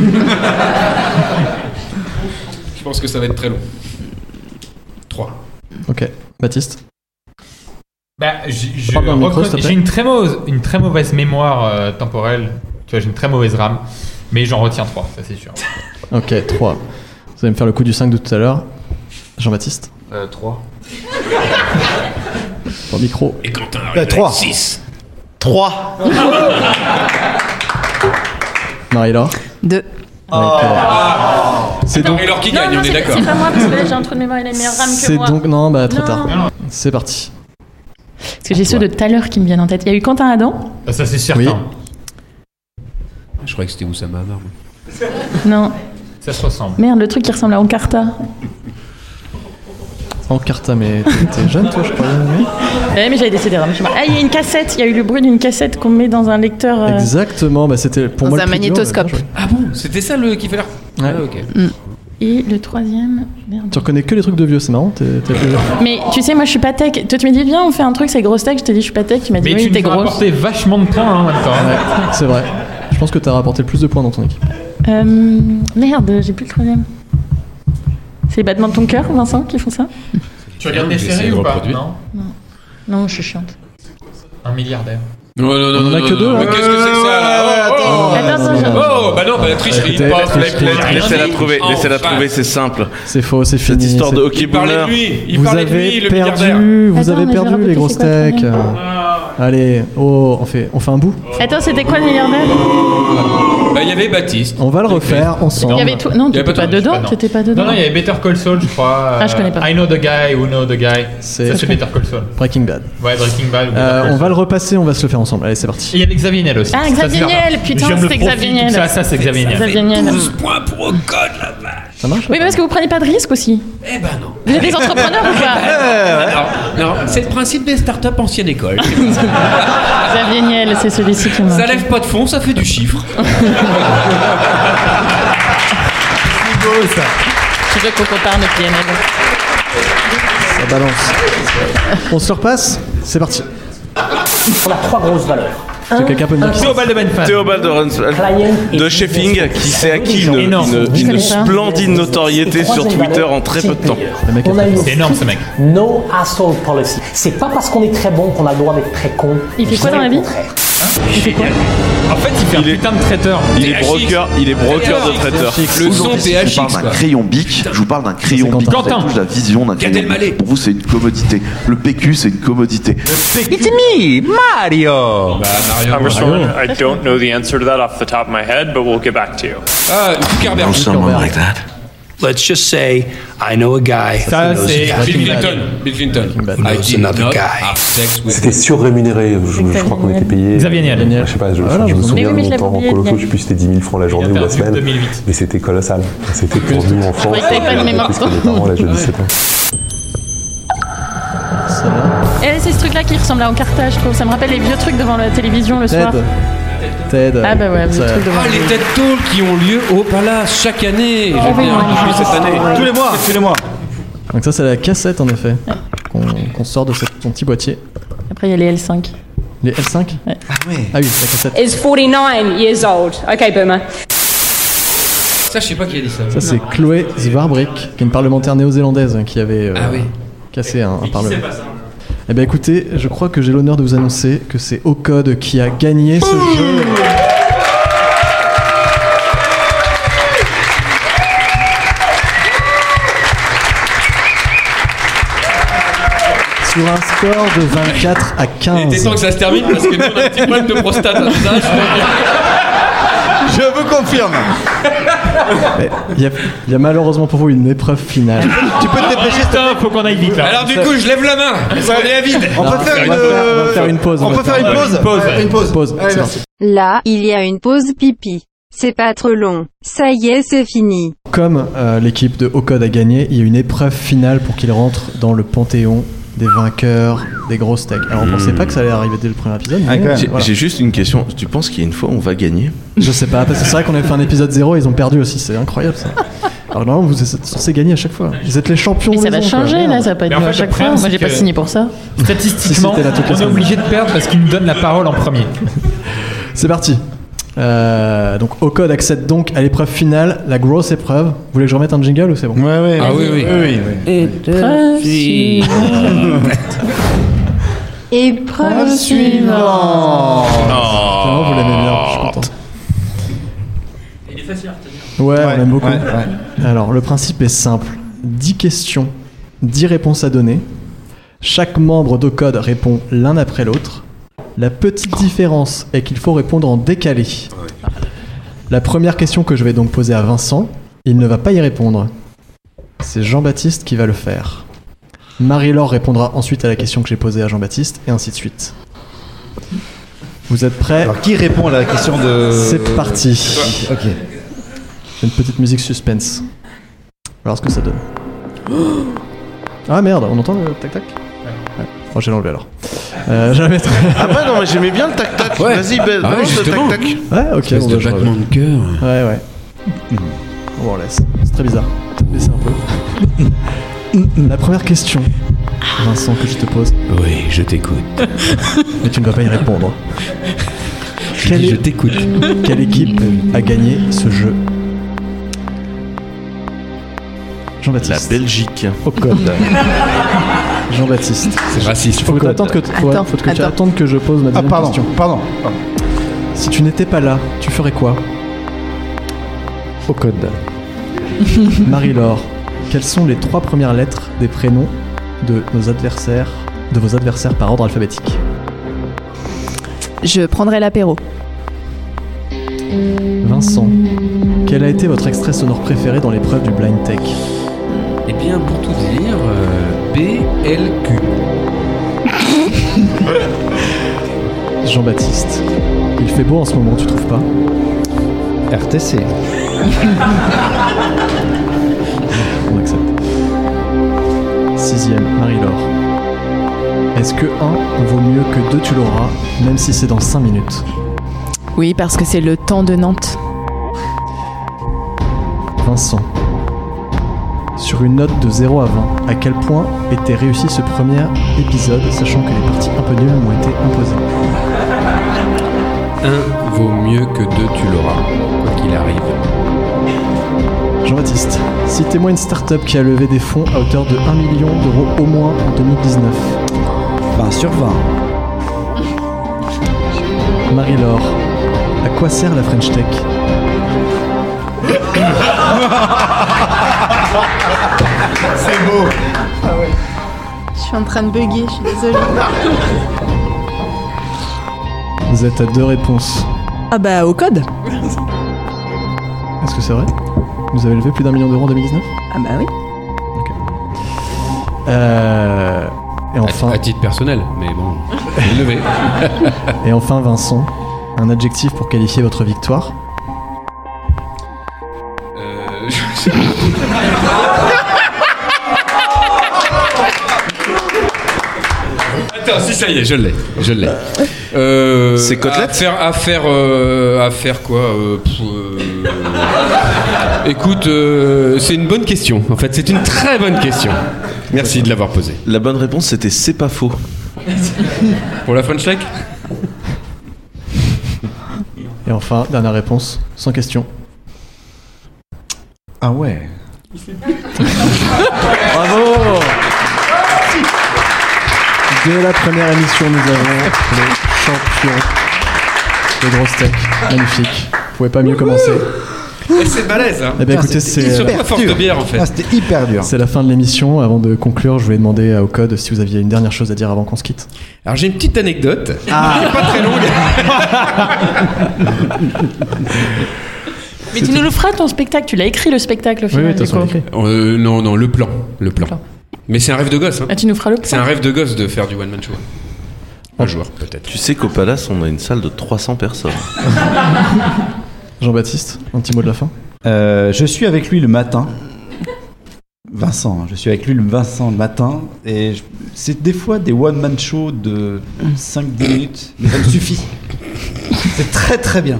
S8: (laughs) Je pense que ça va être très long. 3.
S3: Ok. Baptiste.
S5: Bah, j'ai- je
S3: Parle dans le micro,
S5: reconnais-
S3: s'il te plaît.
S5: j'ai une très mauvaise, une très mauvaise mémoire euh, temporelle. Tu vois, j'ai une très mauvaise rame, mais j'en retiens trois, ça c'est sûr.
S3: Ok, 3. Vous allez me faire le coup du 5 de tout à l'heure. Jean-Baptiste.
S15: Euh, 3.
S3: Ton micro.
S15: Et Quentin
S3: arrive avec
S15: 3.
S3: six.
S15: 3.
S3: Marie-Laure. euh,
S11: 2.
S3: C'est donc.
S8: Marie-Laure qui
S9: Non,
S8: gagne,
S9: non,
S8: on est
S9: c'est-
S8: d'accord.
S9: C'est pas moi parce que là j'ai un trou de mémoire, il a une meilleure rame que
S3: C'est
S9: moi.
S3: donc. Non, bah trop
S9: Non.
S3: tard. C'est parti.
S9: Parce que j'ai ceux de tout à l'heure qui me viennent en tête. Il y a eu Quentin Adam
S8: Ah,
S5: ça c'est certain.
S8: Je croyais que c'était Oussama Hamar.
S9: Non.
S5: Ça se ressemble.
S9: Merde, le truc qui ressemble à Encarta.
S3: En carte, mais t'es- t'es jeune toi, je crois.
S9: Ouais, mais j'avais décidé. vraiment, je sais pas. Ah, il y a une cassette, il y a eu le bruit d'une cassette qu'on met dans un lecteur. euh,
S3: Exactement. Bah c'était pour
S9: Dans
S3: moi.
S9: un
S3: le plus dur,
S9: magnétoscope.
S3: mais bien joué.
S8: Ah bon C'était ça le qui fallait.
S3: Ouais.
S8: Ah, ok.
S9: Et le troisième. Merde.
S3: Tu reconnais que les trucs de vieux, c'est marrant. T'es, t'es plus...
S9: Mais tu sais, moi je suis pas tech. Toi tu m'as dit, viens, on fait un truc, c'est grosse tech. Je t'ai dit, je suis pas tech. Tu m'as dit,
S5: Mais
S9: oui,
S5: tu
S9: t'es
S5: nous as
S9: grosse.
S5: rapporté vachement de points hein, en même temps.
S3: Ouais, c'est vrai. Je pense que t'as rapporté le plus de points dans ton équipe.
S9: Euh, merde, j'ai plus le troisième. C'est les battements de ton cœur, Vincent, qui font ça
S5: Tu regardes
S8: Je vais
S5: des
S8: essayer
S5: séries
S8: de
S5: ou pas
S8: reproduire.
S5: Non.
S9: Non, je suis chiante.
S5: Un milliardaire.
S8: Non, non, non,
S5: On en a
S8: non,
S5: que
S8: non,
S5: deux,
S8: non,
S5: hein.
S8: mais Qu'est-ce que c'est que ça là Oh,
S9: Attends, attends,
S8: oh,
S9: je-
S8: oh, bah non, bah la tricherie,
S6: Écoutez,
S8: pas
S6: la tricherie, Laissez-la trouver, laissez-la
S8: Oh, Enfin.
S6: trouver, c'est simple.
S3: C'est faux, c'est
S6: Cette
S3: fini,
S6: histoire
S3: c'est-
S6: de hockey
S3: Il parlait de
S6: boomer.
S3: lui, il Vous parlait de avez lui, le perdu, milliardaire. vous avez perdu, les grosses tech. Allez, oh, on fait, on fait un bout.
S9: Attends, c'était quoi le milliardaire
S8: Bah il y avait Baptiste.
S3: On va le refaire ensemble.
S9: Il y avait toi- non,
S5: Il y
S9: t'étais
S5: avait
S9: pas,
S5: toi, je sais
S9: dedans,
S5: bah non.
S9: t'étais pas dedans.
S5: Non, non, il y avait Better Call Saul, je crois.
S9: Ah, je connais
S5: Euh,
S9: pas.
S5: I know the guy who know the guy.
S3: C'est-
S5: Ça, c'est Better Call Saul.
S3: Breaking Bad.
S5: Ouais, Breaking Bad. ou Better
S3: Euh,
S5: Call
S3: on
S5: Saul.
S3: va le repasser, on va se le faire ensemble. Allez, c'est parti.
S5: Et il y avait Xavier Niel aussi.
S9: Ah,
S5: Ça,
S9: Xavier
S5: c'est
S9: Niel,
S5: certain.
S9: putain,
S5: Je me
S9: c'était
S5: profite,
S9: Xavier Niel.
S5: Ça, ça, c'est Xavier Niel.
S9: Xavier Niel.
S5: 12
S9: points pour Ocon là-bas.
S3: Ça marche
S9: Oui, mais parce que vous prenez pas de risque aussi.
S8: Eh
S5: bah
S8: ben non.
S9: Vous êtes des entrepreneurs ou (laughs)
S5: (laughs)
S9: pas
S8: Non, non, c'est le principe des startups ancienne école.
S9: Xavier Niel, c'est celui-ci qui m'a.
S8: ça lève pas de fond, ça fait du chiffre.
S9: beau ça. Tu veux qu'on compare nos PNL
S3: La balance. On se le repasse C'est parti.
S18: On a trois grosses valeurs.
S9: Ah.
S3: Est-ce que quelqu'un peut me dire qui c'est
S6: Théobald de
S8: Ben
S6: Benfan. Théobald de, Renfrew- de Sheffing qui s'est acquis une, une- une
S18: Énorme.
S6: splendide notoriété sur Twitter en très peu de temps.
S18: On a une No asshole policy. C'est pas parce qu'on est très bon qu'on a le droit d'être très con.
S9: Il fait quoi dans la vie
S5: Hein En fait, il fait un putain de traiteur.
S6: Il est broker, il est broker de traiteurs.
S5: Le son
S2: Je vous parle d'un
S5: PHX.
S2: crayon bic. Je vous parle d'un crayon bic.
S5: Quentin.
S2: Ça touche la vision d'un crayon bic. Pour vous, c'est une commodité. Le PQ, c'est une commodité.
S19: It's me, Mario. Congresswoman, I don't know the answer to that off the top of my head, but we'll get back to you.
S20: You know someone like that? Let's just say I know a guy who
S19: Ça,
S20: knows
S19: c'est
S20: a guy
S19: Bill
S16: Clinton.
S20: Bill Clinton. Who
S16: I
S20: knows
S16: did
S20: another
S16: not
S8: (gasps)
S20: guy.
S16: C'était surrémunénéré, je, je crois qu'on était payé.
S5: Xavier Niel.
S16: Je sais pas, je,
S5: Voilà,
S16: je me
S5: mais
S16: souviens
S5: oui, mais je
S16: de mon
S5: l'avais
S16: temps en
S5: oublié,
S16: colo, je
S5: Niel.
S16: sais plus c'était 10 000 francs la journée ou la semaine, mais c'était colossal. C'était pour nous enfants.
S9: croyais que t'avais pas de
S16: c'était
S9: mémoire,
S16: plus que
S9: toi.
S16: mes parents à l'âge de 17 ans.
S9: Et c'est ce truc-là qui ressemble à Encarta, je trouve. Ça me rappelle les vieux trucs devant la télévision le soir.
S3: Ted. Ted.
S9: Ah bah ouais, le
S3: ça-
S9: truc devant.
S8: Ah, les têtes tôles qui ont lieu au palace chaque année. Je veux dire, depuis cette année.
S7: Tous les mois, tous les mois.
S3: Donc ça, c'est la cassette en effet qu'on qu'on sort de cette- son petit boîtier.
S9: Après, il y a les L5.
S3: Les L5
S9: Ah
S3: oui. Ah oui, la cassette.
S23: Is 49 years old. Okay, boomer.
S8: Ça, je sais pas qui a dit ça.
S3: Ça, c'est Chloé Zwarbrick, qui est une parlementaire néo-zélandaise qui avait euh,
S8: Ah oui.
S3: cassé un, un
S8: qui
S3: parlement.
S8: c'est pas ça hein.
S3: Eh bien, écoutez, je crois que j'ai l'honneur de vous annoncer que c'est Ocode qui a gagné ce jeu. Sur un score de 24 à 15.
S8: (laughs) Il était temps que ça se termine parce que nous, on a un petit problème de prostate à tout âge.
S10: Je vous confirme.
S3: Il y, a- il y a malheureusement pour vous une épreuve finale.
S5: Tu peux te dépêcher, putain, faut qu'on aille vite là.
S8: Alors, du coup, je lève la main. Parce qu'on est à vide.
S5: On peut faire
S3: On va
S5: une- euh,
S3: faire- on va faire une pause.
S5: on peut faire une pause
S3: Ouais, Une pause.
S5: Allez,
S3: c'est
S5: merci.
S3: bon.
S1: Là, il y a une pause pipi. C'est pas trop long. Ça y est, c'est fini.
S3: Comme euh, l'équipe de Ocode a gagné, il y a une épreuve finale pour qu'il rentre dans le panthéon des vainqueurs des grosses techs.
S8: Hmm.
S3: Alors on pensait pas que ça allait arriver dès le premier épisode.
S5: Ah,
S3: mais voilà.
S6: J'ai j'ai juste une question. Tu penses qu'il y a une fois où on va gagner
S3: Je sais pas, parce que c'est vrai qu'on avait fait un épisode 0 et ils ont perdu aussi, c'est incroyable ça. Alors normalement vous êtes censés gagner à chaque fois. Vous êtes les champions.
S9: Mais ça
S3: maison,
S9: va
S3: quoi.
S9: changer
S3: Merde.
S9: là, ça va pas
S3: Mais
S9: être
S3: en
S9: nous à
S3: fait,
S9: chaque
S3: le
S9: fois.
S3: problème,
S9: Moi, j'ai
S3: c'est
S9: pas
S3: que-
S9: signé pour ça.
S5: Statistiquement,
S3: Si, si, t'es là toute la
S5: on est
S3: semaine.
S5: obligé de perdre parce qu'il nous donne la parole
S16: (laughs)
S5: en premier.
S3: C'est parti. Euh, donc Ocode accède donc à l'épreuve finale, la grosse épreuve. Vous voulez que je remette un jingle ou c'est bon Ouais ouais.
S8: Ah oui, oui. oui,
S10: Ah.
S5: (laughs)
S1: Épreuve
S5: Oh.
S1: suivante.
S3: Finalement, vous l'aimez bien, je suis
S8: Oh.
S3: content.
S8: Il est facile à retenir.
S3: Ouais, on aime beaucoup.
S8: ouais, ouais.
S3: Alors, le principe est simple 10 questions, 10 réponses à donner. Chaque membre d'Ocode répond l'un après l'autre. La petite différence est qu'il faut répondre en décalé. La première question que je vais donc poser à Vincent, il ne va pas y répondre. C'est Jean-Baptiste qui va le faire. Marie-Laure répondra ensuite à la question que j'ai posée à Jean-Baptiste, et ainsi de suite. Vous êtes prêts Alors,
S7: qui répond à la question de-
S3: C'est parti.
S7: C'est toi. Ok.
S3: J'ai une petite musique suspense. On va voir ce que ça donne. Ah merde, on entend le tac-tac Ouais. Oh, j'ai l'enlevé alors. Euh, je
S6: (laughs)
S3: la mettrai.
S6: Ah bah non, mais j'aimais bien le tac-tac.
S3: Ouais.
S6: Vas-y, ben,
S3: Ah ouais,
S6: balance le
S3: justement.
S6: tac-tac.
S3: Ouais, ok.
S8: Espèce
S3: bon,
S8: de
S3: bah, je
S8: battement
S3: reviens.
S8: de cœur.
S3: Ouais, ouais. Bon, on laisse. C'est très bizarre. Laissez un
S8: (laughs)
S3: peu. La première question, Vincent, que je te pose.
S8: Oui, je t'écoute.
S3: (laughs) Mais tu ne vas pas y répondre.
S8: Je dis, je t'écoute.
S3: Quelle équipe a gagné ce jeu Jean-Baptiste.
S6: La Belgique.
S3: Au code. Jean-Baptiste.
S8: C'est raciste.
S3: Faut, attendre que, ouais,
S7: Attends,
S3: faut que tu
S7: attends.
S3: attendes que je pose ma
S7: Ah
S3: deuxième
S7: pardon,
S3: question.
S7: pardon. pardon.
S3: Si tu n'étais pas là, tu ferais quoi
S11: (laughs)
S3: Au code. Marie-Laure, quelles sont les trois premières lettres des prénoms de nos adversaires, de vos adversaires par ordre alphabétique
S11: Je prendrai l'apéro.
S3: Vincent, quel a été votre extrait sonore préféré dans l'épreuve du Blind Tech
S8: Eh bien, pour tout dire, euh, (laughs) BLQ.
S3: Jean-Baptiste, il fait beau en ce moment, tu trouves pas
S7: RTC.
S5: (laughs)
S3: Ah, On accepte. Sixième, Marie-Laure. Est-ce que 1 vaut mieux que 2 tu l'auras, même si c'est dans 5 minutes
S11: Oui, parce que c'est le temps de Nantes.
S3: Vincent. sur une note de 0 à 20 à quel point était réussi ce premier épisode, sachant que les parties un peu nulles m'ont été imposées.
S8: Un vaut mieux que deux, tu l'auras, quoi qu'il arrive.
S3: Jean-Baptiste, citez-moi une start-up qui a levé des fonds à hauteur de 1 million d'euros au moins en 2019.
S7: 20 sur 20.
S3: Marie-Laure, à quoi sert la French Tech
S10: C'est beau.
S11: Je suis en train de bugger, je suis désolée.
S3: Vous êtes à deux réponses.
S4: Ah bah au code
S11: Ah,
S3: Est-ce que c'est vrai Vous avez levé plus d'un million d'euros en 2019
S4: Ah bah oui.
S3: Euh, Et enfin.
S8: À, à titre personnel, mais bon, j'ai levé.
S3: Et enfin, Vincent, un adjectif pour qualifier votre victoire
S8: Euh, (laughs) Attends, si ça y est, je l'ai, je l'ai. Euh,
S6: C'est côtelette
S8: À faire, à faire, euh, à faire quoi euh, pff, euh, Écoute, euh, c'est une bonne question. En fait, c'est une très bonne question. Merci de l'avoir posée.
S6: La bonne réponse, c'était c'est pas faux.
S8: Pour la French Tech
S3: Et enfin, dernière réponse, sans question.
S7: Ah ouais.
S3: Bravo Dès la première émission, nous (laughs) avons les champions de grosses tech. Magnifique. Vous pouvez pas mieux commencer.
S8: Eh, C'est balèze, hein
S3: Eh bien, écoutez, c'est
S8: Surtout à force de bière, en
S3: Ah,
S9: Ah,
S8: fait.
S7: hyper dur.
S3: C'est la fin de l'émission. Avant de conclure, je voulais demander à Ocode si vous aviez une dernière chose à dire avant qu'on se quitte.
S8: Alors, j'ai une petite anecdote. (laughs)
S3: Ah.
S8: Qui est pas très longue.
S9: Mais tu nous le feras ton spectacle, tu l'as écrit le spectacle au final. du coup.
S8: Euh, non, non, le plan, le plan. Mais c'est un rêve de gosse. hein.
S9: Ah, tu nous feras le
S8: C'est un rêve de gosse de faire du one man show. Un joueur, peut-être.
S6: Tu sais qu'au Palace, on a une salle de 300 personnes.
S3: Jean-Baptiste, un petit mot de la fin
S7: Euh, je suis avec lui le matin. Vincent, hein, je suis avec lui le Vincent le matin. Et je- c'est des fois des one-man shows de 5-10 minutes, mais ça me suffit. C'est très très bien.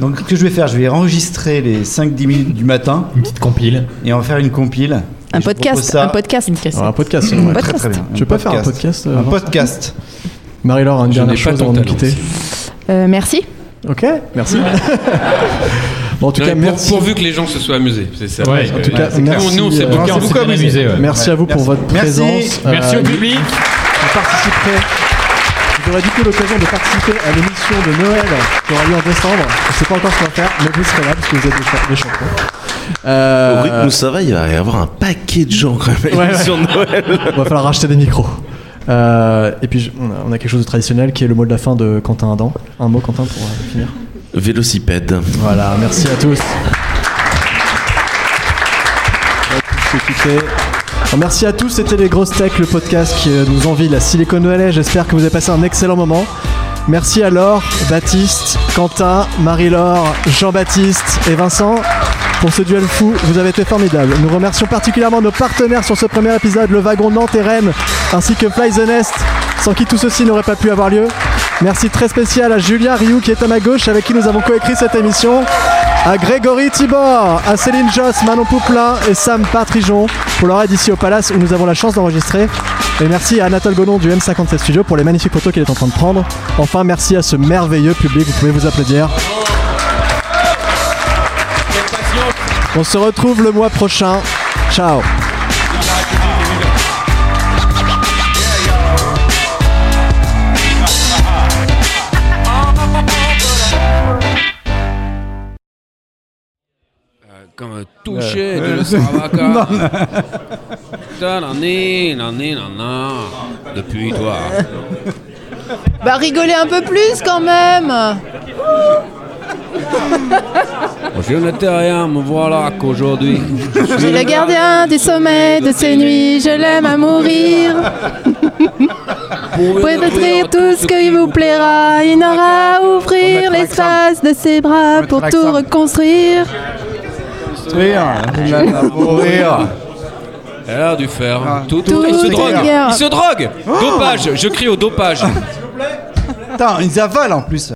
S7: Donc ce que je vais faire, je vais enregistrer les 5-10 minutes du matin. Une petite compile. Et on va faire une compile.
S11: Un
S7: Et je
S11: podcast,
S7: propose ça.
S11: un podcast.
S3: Alors, Ah, un podcast,
S11: Un
S3: ouais.
S11: podcast.
S7: Très, très bien.
S3: Tu veux pas faire un podcast euh,
S7: Un
S3: Vincent
S7: podcast.
S3: Marie-Laure, une
S7: Je
S3: dernière
S7: n'ai pas
S3: chose
S7: ton
S3: avant de nous
S7: talent,
S3: quitter.
S11: Euh, merci.
S3: Ok, merci. Bon, en tout
S8: Non,
S3: cas,
S8: mais pour-
S3: merci.
S8: Pourvu que les gens se soient amusés, c'est ça.
S3: Ouais, en tout cas, merci,
S8: Nous, on s'est
S3: euh,
S8: beaucoup
S3: Vincent,
S8: amusés.
S3: c'est bien amusé, ouais. Merci à vous pour votre
S8: Merci.
S3: présence.
S8: Merci au
S3: public. Vous participerez. Vous aurez du coup l'occasion de participer à l'émission de Noël qui aura lieu en décembre. Je sais pas encore ce qu'on va faire, mais vous serez là parce que vous êtes des, cha- des champions.
S2: Euh,
S6: Au rythme où ça va, il va y avoir un paquet de gens quand même
S3: Ouais, ouais.
S6: sur Noël.
S3: On va falloir acheter des micros. Euh, et puis je- on a- on a quelque chose de traditionnel qui est le mot de la fin de Quentin Adam. Un mot Quentin pour euh, finir.
S6: Vélocipède.
S3: Voilà, merci à tous. On va tous se quitter. Alors, Merci à tous, c'était les grosses tech, le podcast qui euh, nous envie la Silicon Valley. J'espère que vous avez passé un excellent moment. Merci à Laure, Baptiste, Quentin, Marie-Laure, Jean-Baptiste et Vincent pour ce duel fou. Vous avez été formidables. Nous remercions particulièrement nos partenaires sur ce premier épisode, le wagon Nantes et Rennes, ainsi que Fly the Nest, sans qui tout ceci n'aurait pas pu avoir lieu. Merci très spécial à Julien Rioux qui est à ma gauche, avec qui nous avons coécrit cette émission, à Grégory Tibor, à Céline Joss, Manon Pouplin et Sam Patrijon pour leur aide ici au Palace où nous avons la chance d'enregistrer. Et merci à Anatole Gonon du M57 Studio pour les magnifiques photos qu'il est en train de prendre. Enfin, merci à ce merveilleux public, vous pouvez vous applaudir. On se retrouve le mois prochain. Ciao
S8: Comme un
S4: toucher
S8: touché
S4: de
S8: de
S3: (laughs)
S4: l'Osravaka.
S8: Depuis toi.
S11: Bah rigolez un peu plus quand même.
S8: Je n'étais rien, me voilà qu'aujourd'hui.
S11: Je suis le gardien des sommets de ces nuits, je l'aime à mourir. Vous pouvez détruire tout ce qui vous plaira, il n'aura à ouvrir l'espace de ses bras pour tout reconstruire.
S7: hein.
S8: Elle a dû faire tout,
S11: Tout
S8: Il se
S11: est
S8: drogue.
S11: clair.
S8: Il se drogue.
S7: Oh.
S8: Dopage. Je crie au dopage.
S7: Putain, ils avalent en plus.